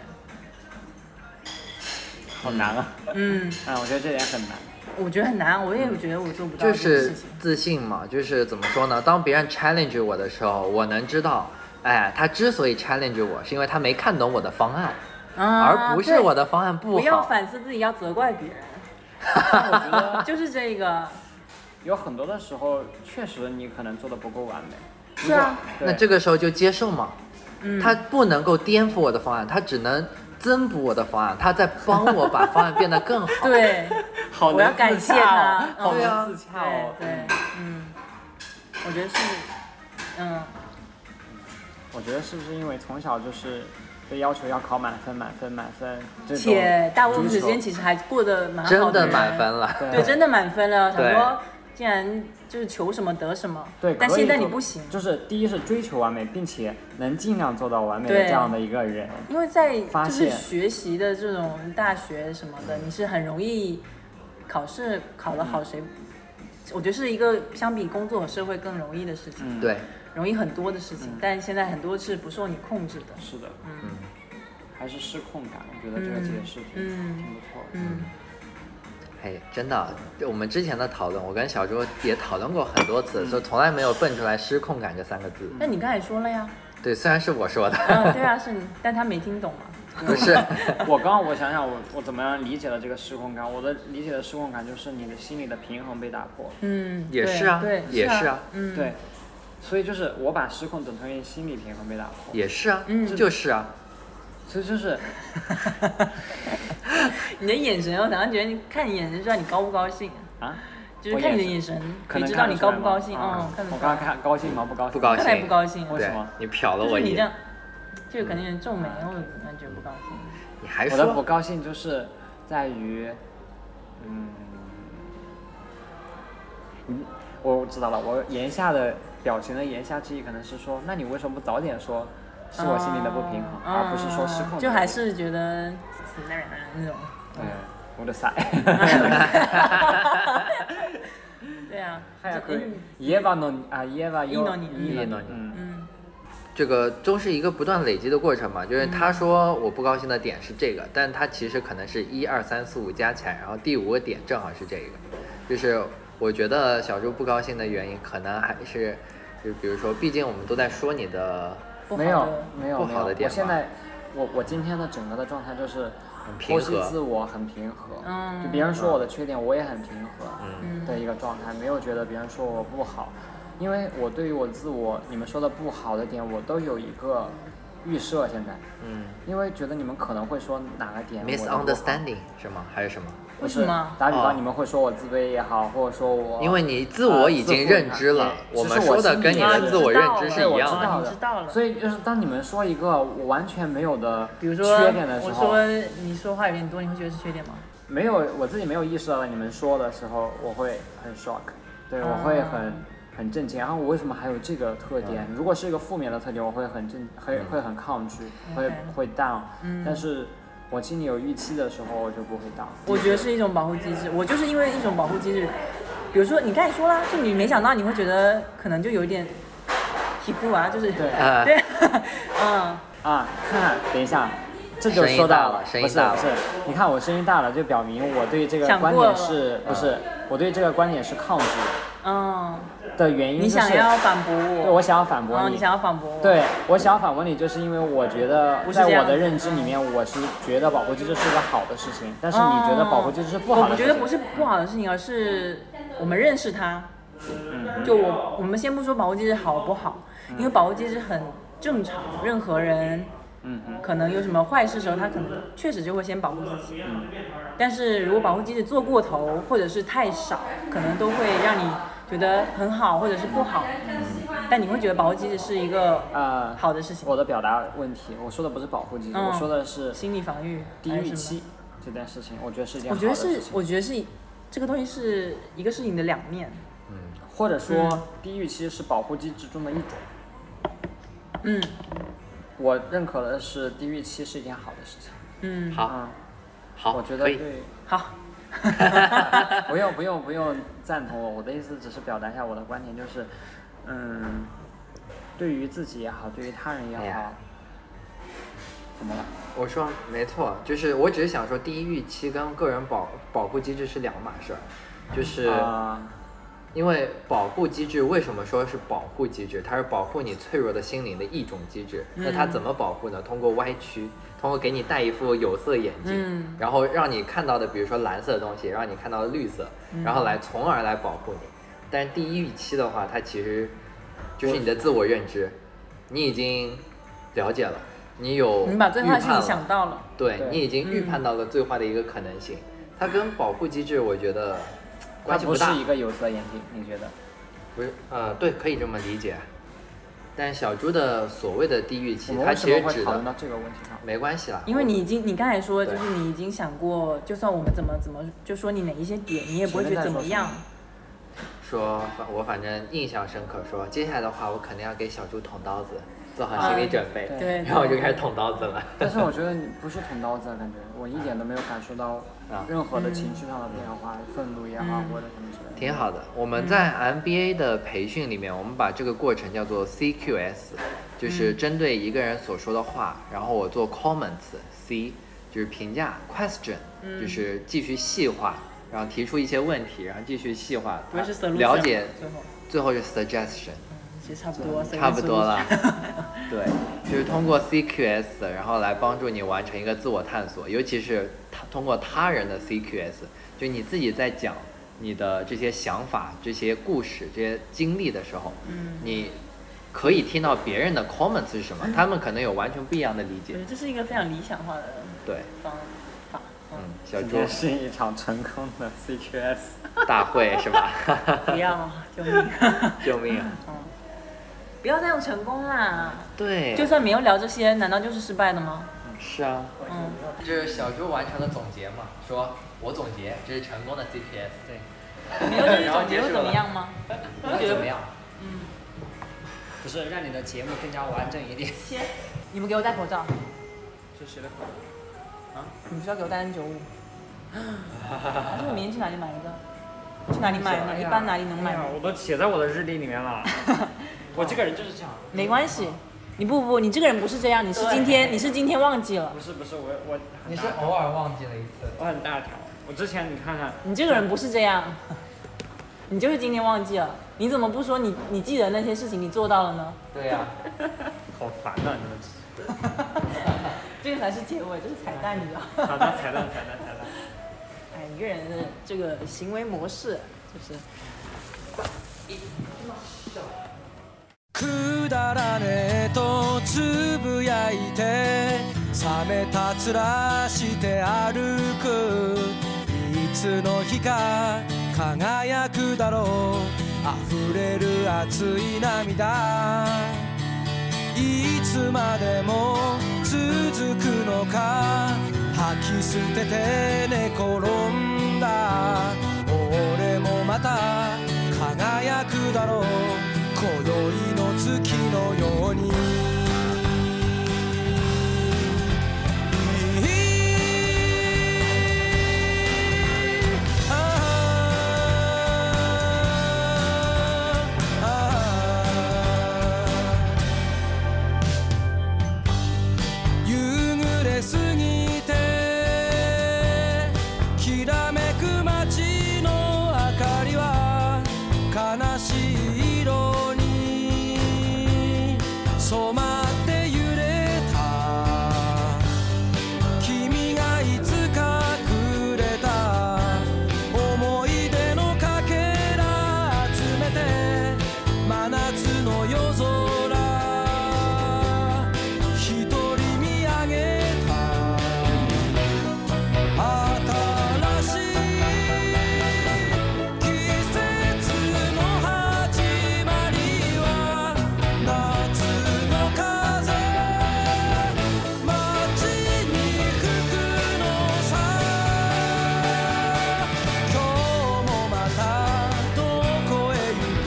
[SPEAKER 3] 好难啊。
[SPEAKER 4] 嗯，
[SPEAKER 3] 嗯，我觉得这点很难。
[SPEAKER 4] (laughs) 我觉得很难，我也觉得我做不到这
[SPEAKER 2] 就
[SPEAKER 4] 件
[SPEAKER 2] 是
[SPEAKER 4] 事情。
[SPEAKER 2] 自信嘛，就是怎么说呢？当别人 challenge 我的时候，我能知道，哎，他之所以 challenge 我，是因为他没看懂我的方案，
[SPEAKER 4] 啊
[SPEAKER 2] 而不是
[SPEAKER 4] 对
[SPEAKER 2] 我的方案不
[SPEAKER 4] 不要
[SPEAKER 2] 好。
[SPEAKER 4] 反思自己，要责怪 (laughs) 别人，
[SPEAKER 3] 但我觉得
[SPEAKER 4] 就是这个。
[SPEAKER 3] 有很多的时候，确实你可能做的不够完美。
[SPEAKER 4] 是啊
[SPEAKER 3] 如
[SPEAKER 2] 那
[SPEAKER 3] 果，对
[SPEAKER 2] 这个时候就接受嘛，
[SPEAKER 4] 嗯，
[SPEAKER 2] 他不能够颠覆我的方案，他只能增补我的方案，他在帮我把方案变得更
[SPEAKER 4] (laughs)
[SPEAKER 2] 好。
[SPEAKER 4] (laughs) 对
[SPEAKER 3] 好
[SPEAKER 4] 我要
[SPEAKER 3] 难
[SPEAKER 4] 感
[SPEAKER 3] 自
[SPEAKER 4] 谢
[SPEAKER 3] 洽
[SPEAKER 4] 他
[SPEAKER 3] 哦
[SPEAKER 4] 嗯
[SPEAKER 3] 好
[SPEAKER 2] 对啊
[SPEAKER 3] 难自洽
[SPEAKER 4] 对
[SPEAKER 3] 哦。
[SPEAKER 4] 对，嗯，我觉得是，嗯，
[SPEAKER 3] 我觉得是不是因为从小就是被要求要考满分、满分、满分这种
[SPEAKER 4] 且大部分时
[SPEAKER 3] 追求
[SPEAKER 4] 间其实还过得蛮好
[SPEAKER 2] 真的
[SPEAKER 4] 人
[SPEAKER 2] 满分，了，
[SPEAKER 4] 对，真的满分了，
[SPEAKER 2] 对
[SPEAKER 4] 想说竟然就是求什么得什么，
[SPEAKER 3] 对，
[SPEAKER 4] 但
[SPEAKER 3] 可以
[SPEAKER 4] 现在
[SPEAKER 3] 做
[SPEAKER 4] 你不行，
[SPEAKER 3] 就是第一是追求完美，并且能尽量做到完美的
[SPEAKER 4] 对嗯
[SPEAKER 3] 这样的一个人。
[SPEAKER 4] 因为在
[SPEAKER 3] 发
[SPEAKER 4] 就是
[SPEAKER 3] 现
[SPEAKER 4] 学习的这种大学什么的，你是很容易考试考得好谁，我觉得是一个相比工作和社会更容易的事情。
[SPEAKER 3] 嗯，
[SPEAKER 2] 对，
[SPEAKER 4] 容易很多的事情，但现在很多是不受你控制的。
[SPEAKER 3] 是的，
[SPEAKER 4] 嗯
[SPEAKER 3] 还是失控感，我觉得这个解释挺、
[SPEAKER 4] 嗯
[SPEAKER 3] 挺不错的。
[SPEAKER 4] 嗯
[SPEAKER 2] 嘿，哎真的，啊我们之前的讨论，我跟小周也讨论过很多次，就从来没有蹦出来“失控感”这三个字。
[SPEAKER 4] 那你刚才说了
[SPEAKER 3] (laughs)
[SPEAKER 4] 呀，
[SPEAKER 2] 对，虽然是我说的，
[SPEAKER 4] 嗯，对啊，是你，但他没听懂啊嘛。
[SPEAKER 2] 不是，
[SPEAKER 3] (laughs) 我刚刚我想想我，我怎么样理解了这个失控感？我的理解的失控感就是你的心里的平衡被打破。
[SPEAKER 4] 嗯，
[SPEAKER 2] 也
[SPEAKER 4] 对
[SPEAKER 2] 是啊
[SPEAKER 4] 对，
[SPEAKER 2] 也
[SPEAKER 4] 是
[SPEAKER 2] 是啊
[SPEAKER 4] 嗯，
[SPEAKER 3] 对，所以就是我把失控等同于心理平衡被打破，
[SPEAKER 2] 也是啊，
[SPEAKER 4] 嗯
[SPEAKER 2] 就是啊，
[SPEAKER 3] 所以就是
[SPEAKER 4] 你的眼神，哦我好像觉得你看你眼神知道你高不高兴，
[SPEAKER 3] 啊，
[SPEAKER 4] 就是
[SPEAKER 3] 我
[SPEAKER 4] 看你的
[SPEAKER 3] 眼
[SPEAKER 4] 眼神，
[SPEAKER 3] 可
[SPEAKER 4] 以
[SPEAKER 3] 能
[SPEAKER 4] 知道
[SPEAKER 3] 看得
[SPEAKER 4] 你
[SPEAKER 3] 出
[SPEAKER 4] 高
[SPEAKER 3] 来
[SPEAKER 4] 不
[SPEAKER 3] 吗
[SPEAKER 4] 高兴。
[SPEAKER 3] 啊
[SPEAKER 4] 嗯，看得
[SPEAKER 3] 我
[SPEAKER 4] 出来
[SPEAKER 3] 刚刚高兴吗？不高兴，
[SPEAKER 2] 不高
[SPEAKER 4] 看
[SPEAKER 2] 兴
[SPEAKER 4] 来不高兴，
[SPEAKER 3] 为
[SPEAKER 2] 对
[SPEAKER 3] 什么，
[SPEAKER 2] 你瞟了
[SPEAKER 4] 就
[SPEAKER 2] 我
[SPEAKER 4] 是
[SPEAKER 2] 一
[SPEAKER 4] 你这
[SPEAKER 2] 眼
[SPEAKER 4] 样，，就可能有点皱眉，我感觉不高
[SPEAKER 3] 嗯
[SPEAKER 4] 兴。
[SPEAKER 2] 你还
[SPEAKER 3] 我的不
[SPEAKER 2] 说
[SPEAKER 3] 高兴就是在于，嗯，嗯，我知道了，我言下的表情的言下之意可能是说，那你为什么不早点说？是我心里的不平衡，
[SPEAKER 4] 啊
[SPEAKER 3] 而不是说失控的不平衡。
[SPEAKER 4] 就还是觉得死男人啊那种。
[SPEAKER 3] 对我的塞。
[SPEAKER 4] (laughs) 对啊，
[SPEAKER 3] 早く
[SPEAKER 4] 就嗯
[SPEAKER 3] 言えばのに啊あ言えばよ
[SPEAKER 4] いいのに
[SPEAKER 3] いい
[SPEAKER 2] い
[SPEAKER 3] の
[SPEAKER 2] いのに
[SPEAKER 3] うん
[SPEAKER 4] 嗯，
[SPEAKER 2] 这个都是一个不断累积的过程嘛，就是
[SPEAKER 4] 嗯
[SPEAKER 2] 他说我不高兴的点是这个，但他其实可能是一二三四五加起来，然后第五个点正好是这个，就是我觉得小猪不高兴的原因可能还是，就比如说，毕竟我们都在说你的
[SPEAKER 4] 不好
[SPEAKER 3] 没有
[SPEAKER 4] 的
[SPEAKER 3] 没有
[SPEAKER 2] 不
[SPEAKER 3] 没
[SPEAKER 2] 好
[SPEAKER 3] 有
[SPEAKER 2] 的，
[SPEAKER 3] 我
[SPEAKER 2] 点
[SPEAKER 3] 现
[SPEAKER 2] 吧
[SPEAKER 3] 在我我今天的整个的状态就是
[SPEAKER 2] 很平
[SPEAKER 3] 剖析
[SPEAKER 2] 和
[SPEAKER 3] 自，我，很平和。
[SPEAKER 4] 嗯
[SPEAKER 3] 就别人说我的缺点，我也很平和
[SPEAKER 2] 嗯，
[SPEAKER 4] 嗯
[SPEAKER 3] 的一个状态，没有觉得别人说我不好，因为我对于我自我，你们说的不好的点，我都有一个预设。现在，
[SPEAKER 2] 嗯
[SPEAKER 3] 因为觉得你们可能会说哪个嗯点我的不好
[SPEAKER 2] ，misunderstanding 是吗？还是什么？
[SPEAKER 3] 不
[SPEAKER 4] 为
[SPEAKER 3] 是
[SPEAKER 4] 什么？
[SPEAKER 3] 打比
[SPEAKER 2] 哦
[SPEAKER 3] 方，你们会说我自卑也好，或者说我
[SPEAKER 2] 因为你自我已经认知了
[SPEAKER 3] 哦啊，自
[SPEAKER 2] 我
[SPEAKER 3] 负
[SPEAKER 2] 们说的跟你
[SPEAKER 3] 啊
[SPEAKER 4] 啊
[SPEAKER 2] 的自我认知是一
[SPEAKER 3] 我
[SPEAKER 2] 样
[SPEAKER 3] 知
[SPEAKER 2] 的。
[SPEAKER 3] 道
[SPEAKER 4] 哦你
[SPEAKER 3] 的
[SPEAKER 4] 知道了。
[SPEAKER 3] 所以就是当你们说一个我完全没有的
[SPEAKER 4] 比如说，
[SPEAKER 3] 缺点的时
[SPEAKER 4] 我
[SPEAKER 3] 候，
[SPEAKER 4] 说你说话有点多，你会觉得是缺点吗？
[SPEAKER 3] 没有我自己没有意识到你们说的时候，我会很 shock，对我会
[SPEAKER 4] 哦
[SPEAKER 3] 很、很震惊。然后我为什么还有这个特点？
[SPEAKER 4] 嗯
[SPEAKER 3] 如果是一个负面的特点，我会很震，会会很抗拒，会
[SPEAKER 4] OK
[SPEAKER 3] 会 down、
[SPEAKER 4] 嗯
[SPEAKER 3] 但是我心里有预期的时候，我就不会 down。
[SPEAKER 4] 我觉得是一种保护机制。我就是因为一种保护机制，比如说你刚才说啦，就你没想到你会觉得可能就有一点皮裤啊，就是
[SPEAKER 3] 对
[SPEAKER 4] (laughs)
[SPEAKER 2] 呃，
[SPEAKER 4] 对，嗯，
[SPEAKER 3] 啊，看，等一下，这就
[SPEAKER 2] 声音
[SPEAKER 3] 说
[SPEAKER 2] 大
[SPEAKER 3] 到
[SPEAKER 2] 了声
[SPEAKER 3] 不
[SPEAKER 2] 音
[SPEAKER 3] 是
[SPEAKER 2] 大了
[SPEAKER 3] 不是，你看我声音大了，就表明我对这个
[SPEAKER 4] 想
[SPEAKER 3] 观
[SPEAKER 4] 过
[SPEAKER 3] 点
[SPEAKER 4] 了
[SPEAKER 3] 是不
[SPEAKER 2] 嗯
[SPEAKER 3] 是？我对这个观点是抗拒的
[SPEAKER 4] 嗯，
[SPEAKER 3] 的原因、
[SPEAKER 4] 你
[SPEAKER 3] 就是，
[SPEAKER 4] 想要反驳
[SPEAKER 3] 对我
[SPEAKER 4] 我，
[SPEAKER 3] 想要反
[SPEAKER 4] 然
[SPEAKER 3] 驳
[SPEAKER 4] 后
[SPEAKER 3] 你，
[SPEAKER 4] 你想要反驳我，，
[SPEAKER 3] 对我想要反驳你，就是因为我觉得
[SPEAKER 4] 不是
[SPEAKER 3] 在
[SPEAKER 4] 这
[SPEAKER 3] 我
[SPEAKER 4] 样
[SPEAKER 3] 的
[SPEAKER 4] 子
[SPEAKER 3] 认知里面，我是觉得保护机制是一个好的事情，但是你觉得保护机制是不好
[SPEAKER 4] 哦我
[SPEAKER 3] 的事
[SPEAKER 4] 觉
[SPEAKER 3] 情？
[SPEAKER 4] 得不是不好的事情，而是我们认识它。
[SPEAKER 3] 嗯
[SPEAKER 4] 就我我们先不说保护机制好不好，因为保护机制很正常，任何人
[SPEAKER 3] 嗯嗯
[SPEAKER 4] 可能有什么坏事的时候，他可能确实就会先保护自己。
[SPEAKER 3] 嗯
[SPEAKER 4] 但是如果保护机制做过头，或者是太少，可能都会让你觉得很好，或者是不好。
[SPEAKER 3] 嗯
[SPEAKER 4] 但你会觉得保护机制是一个
[SPEAKER 3] 呃，
[SPEAKER 4] 好的事情，
[SPEAKER 3] 我的表达问题，我说的不是保护机制，我
[SPEAKER 4] 嗯
[SPEAKER 3] 说的是
[SPEAKER 4] 心理防御
[SPEAKER 3] 低
[SPEAKER 4] 还
[SPEAKER 3] 预
[SPEAKER 4] 是什么
[SPEAKER 3] 期这件事情，我觉得是一件
[SPEAKER 4] 我
[SPEAKER 3] 好
[SPEAKER 4] 觉
[SPEAKER 3] 的
[SPEAKER 4] 得
[SPEAKER 3] 事
[SPEAKER 4] 是，
[SPEAKER 3] 情，
[SPEAKER 4] 我觉得是这个东西是一个事情的两面。
[SPEAKER 3] 或者
[SPEAKER 4] 嗯
[SPEAKER 3] 说低预期是保护机制中的一种。
[SPEAKER 4] 嗯
[SPEAKER 3] 我认可的是低预期是一件好的事情。
[SPEAKER 4] 嗯，
[SPEAKER 2] 好，
[SPEAKER 3] 嗯，
[SPEAKER 2] 好，
[SPEAKER 3] 我觉得
[SPEAKER 2] 可以。
[SPEAKER 3] 对，
[SPEAKER 2] (laughs)
[SPEAKER 4] 好，
[SPEAKER 3] 不用不用不用赞同我，我的意思只是表达一下我的观点，就是，嗯，对于自己也好，对于他人也好，
[SPEAKER 2] 哎呀
[SPEAKER 3] 怎么了？
[SPEAKER 2] 我说没错，就是我只是想说，第一预期跟个人保保护机制是两码事儿，就是
[SPEAKER 3] 啊、
[SPEAKER 2] 因为保护机制为什么说是保护机制？它是保护你脆弱的心灵的一种机制。那
[SPEAKER 4] 嗯
[SPEAKER 2] 它怎么保护呢？通过歪曲，通过给你戴一副有色眼镜，
[SPEAKER 4] 嗯
[SPEAKER 2] 然后让你看到的，比如说蓝色的东西，让你看到的绿色，
[SPEAKER 4] 嗯
[SPEAKER 2] 然后来从而来保护你。但是第一预期的话，它其实就是你的自我认知，你已经了解了，你有
[SPEAKER 4] 你把最坏的事
[SPEAKER 2] 预
[SPEAKER 4] 情
[SPEAKER 2] 判了
[SPEAKER 4] 想嗯到了。
[SPEAKER 2] 对
[SPEAKER 3] 对
[SPEAKER 2] 你已经预判到了最坏的一个可能性。它跟保护机制，我觉得关
[SPEAKER 3] 它
[SPEAKER 2] 系
[SPEAKER 3] 不
[SPEAKER 2] 大
[SPEAKER 3] 是。一个有色眼镜，你觉得？
[SPEAKER 2] 不是，呃，对，可以这么理解。但小猪的所谓的地域
[SPEAKER 3] 我
[SPEAKER 2] 期，
[SPEAKER 3] 们
[SPEAKER 2] 它
[SPEAKER 3] 为什
[SPEAKER 2] 其实
[SPEAKER 3] 么会
[SPEAKER 2] 指
[SPEAKER 3] 讨论到
[SPEAKER 2] 的
[SPEAKER 3] 这个问
[SPEAKER 2] (laughs)
[SPEAKER 3] 题上？
[SPEAKER 2] 没关系啦，
[SPEAKER 4] 因为你已经，你刚才说，就
[SPEAKER 2] 对
[SPEAKER 4] 是你已经想过，就算我们怎么怎么，就说你哪一些点，你也不会觉得怎么样。
[SPEAKER 2] 说，我反正印象深刻说，接下来的话我肯定要给小猪捅刀子，做好
[SPEAKER 4] 啊
[SPEAKER 2] 心理准备，
[SPEAKER 3] 对
[SPEAKER 4] 对
[SPEAKER 2] 然后我就开始捅刀子了。
[SPEAKER 3] 但是我觉得你不是捅刀子，的啊感觉我一点都没有感受到
[SPEAKER 2] 啊嗯
[SPEAKER 3] 任何的情绪上的变化，愤怒也好，或者什么之类的。
[SPEAKER 2] 挺好
[SPEAKER 4] 嗯
[SPEAKER 2] 的。我们在 MBA 的培训里面，我们把这个过程叫做 CQS，就是
[SPEAKER 4] 嗯
[SPEAKER 2] 针对一个人所说的话，然后我做 comments，C 就是评价，question
[SPEAKER 4] 嗯
[SPEAKER 2] 就是继续细化，然后提出一些问题，然后继续细化，啊
[SPEAKER 4] 不会是 solution
[SPEAKER 2] 了解，
[SPEAKER 4] 最后
[SPEAKER 2] 最后是 suggestion。
[SPEAKER 4] 其实差不多，
[SPEAKER 2] 差不多了
[SPEAKER 4] (laughs)
[SPEAKER 2] 嗯
[SPEAKER 4] solution。
[SPEAKER 2] 对，就是通过 CQS，然后来帮助你完成一个自我探索，尤其是他通过他人的 CQS，就你自己在讲你的这些想法、这些故事、这些经历的时候，你可以听到别人的 comments 是什么，他们可能有完全不一样的理
[SPEAKER 4] 我
[SPEAKER 2] 解
[SPEAKER 4] 觉。得这是一个非常理想化的
[SPEAKER 2] 对，
[SPEAKER 4] 方法。
[SPEAKER 2] 嗯
[SPEAKER 4] 嗯，，
[SPEAKER 2] 小
[SPEAKER 3] 今
[SPEAKER 2] 猪
[SPEAKER 3] 天是一场成功的 CQS。
[SPEAKER 2] 大会是吧？
[SPEAKER 4] 不要， (laughs) 救命！
[SPEAKER 2] (laughs) 救命、啊！
[SPEAKER 4] 不要再用成功啦！
[SPEAKER 2] 对，
[SPEAKER 4] 就算没有聊这些，难道就是失败的吗？
[SPEAKER 2] 是啊，
[SPEAKER 4] 嗯，
[SPEAKER 2] 这是小猪完成了总结嘛，说我总结，这是成功的 CQS。对，
[SPEAKER 4] 没有这种结会怎么样吗？
[SPEAKER 2] 怎么样？
[SPEAKER 5] 不是让你的节目更加完整一点。
[SPEAKER 4] 先你不给我戴口罩，
[SPEAKER 5] 是谁的口罩？
[SPEAKER 3] 啊
[SPEAKER 4] 你不是要给我戴 N
[SPEAKER 3] (laughs)
[SPEAKER 4] 9 5还是我明天去哪里买一个？去哪里买呢？一般哪里能买
[SPEAKER 3] 哎
[SPEAKER 4] 呢
[SPEAKER 3] 呀？我都写在我的日历里面了。
[SPEAKER 5] 我这个人就是这样。
[SPEAKER 4] 没关系，你不不，你这个人不是这样，你是今天你是今天忘记了，
[SPEAKER 3] 不是不是，我我
[SPEAKER 2] 你是偶尔忘记了一次。
[SPEAKER 3] 我很大条。我之前你看看，
[SPEAKER 4] 你这个人不是这样， (laughs) 你就是今天忘记了，你怎么不说你你记得那些事情你做到了呢？
[SPEAKER 2] 对啊呀、
[SPEAKER 3] 好烦啊！你们。
[SPEAKER 4] 这个才是结尾，这是彩蛋，你知道吗？
[SPEAKER 3] 好的，彩蛋彩蛋彩蛋。
[SPEAKER 4] (laughs) 哎，一个人的这个行为模式就是。
[SPEAKER 6] くだらねえとつぶやいて冷めたつらして歩くいつの日か輝くだろう溢れる熱い涙いつまでも続くのか吐き捨てて寝転んだ俺もまた輝くだろう今宵の月のようにああああ夕暮れすぎてきらめく街の明かりは悲しい色に染まって揺れた君がいつかくれた思い出のかけら集めて真夏の夜空一人見上げた新しい季節の始まりは夏の風街に吹くのさ」「今日もまたどこへ行く」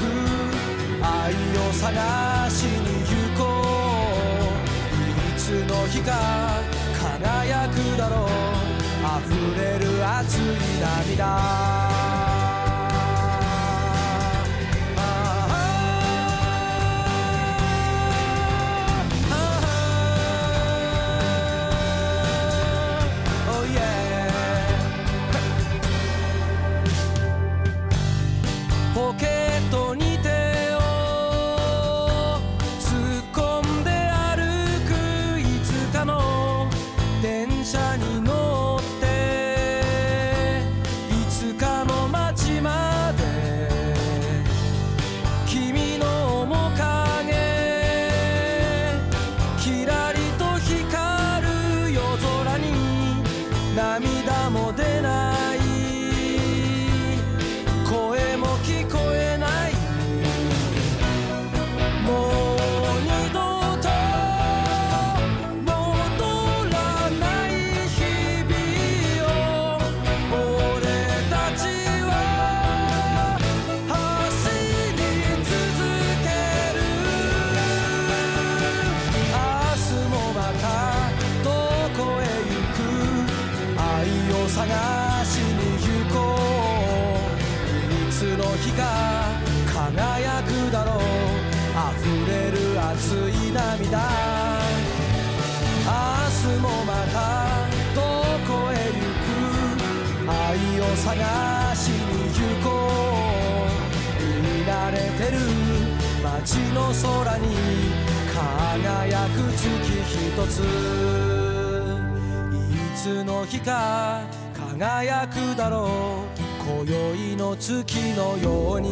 [SPEAKER 6] 「愛を探しに行こう」「いつの日か輝くだろう」「溢れる熱い涙」ああああ Oh yeah ポケットに手を突っ込んで歩くいつかの電車に乗っていつかの街まで君の面影きらりと光る夜空に涙も出ない声も聞こえないもう二度と戻らない日々を俺たちは走り続ける明日もまたどこへ行く愛を探しに行こういつの日か輝くだろう溢れる熱い涙明日もまたどこへ行く愛を探しに行こう見慣れてる街の空に輝く月一ついつの日か輝くだろう今宵の月のように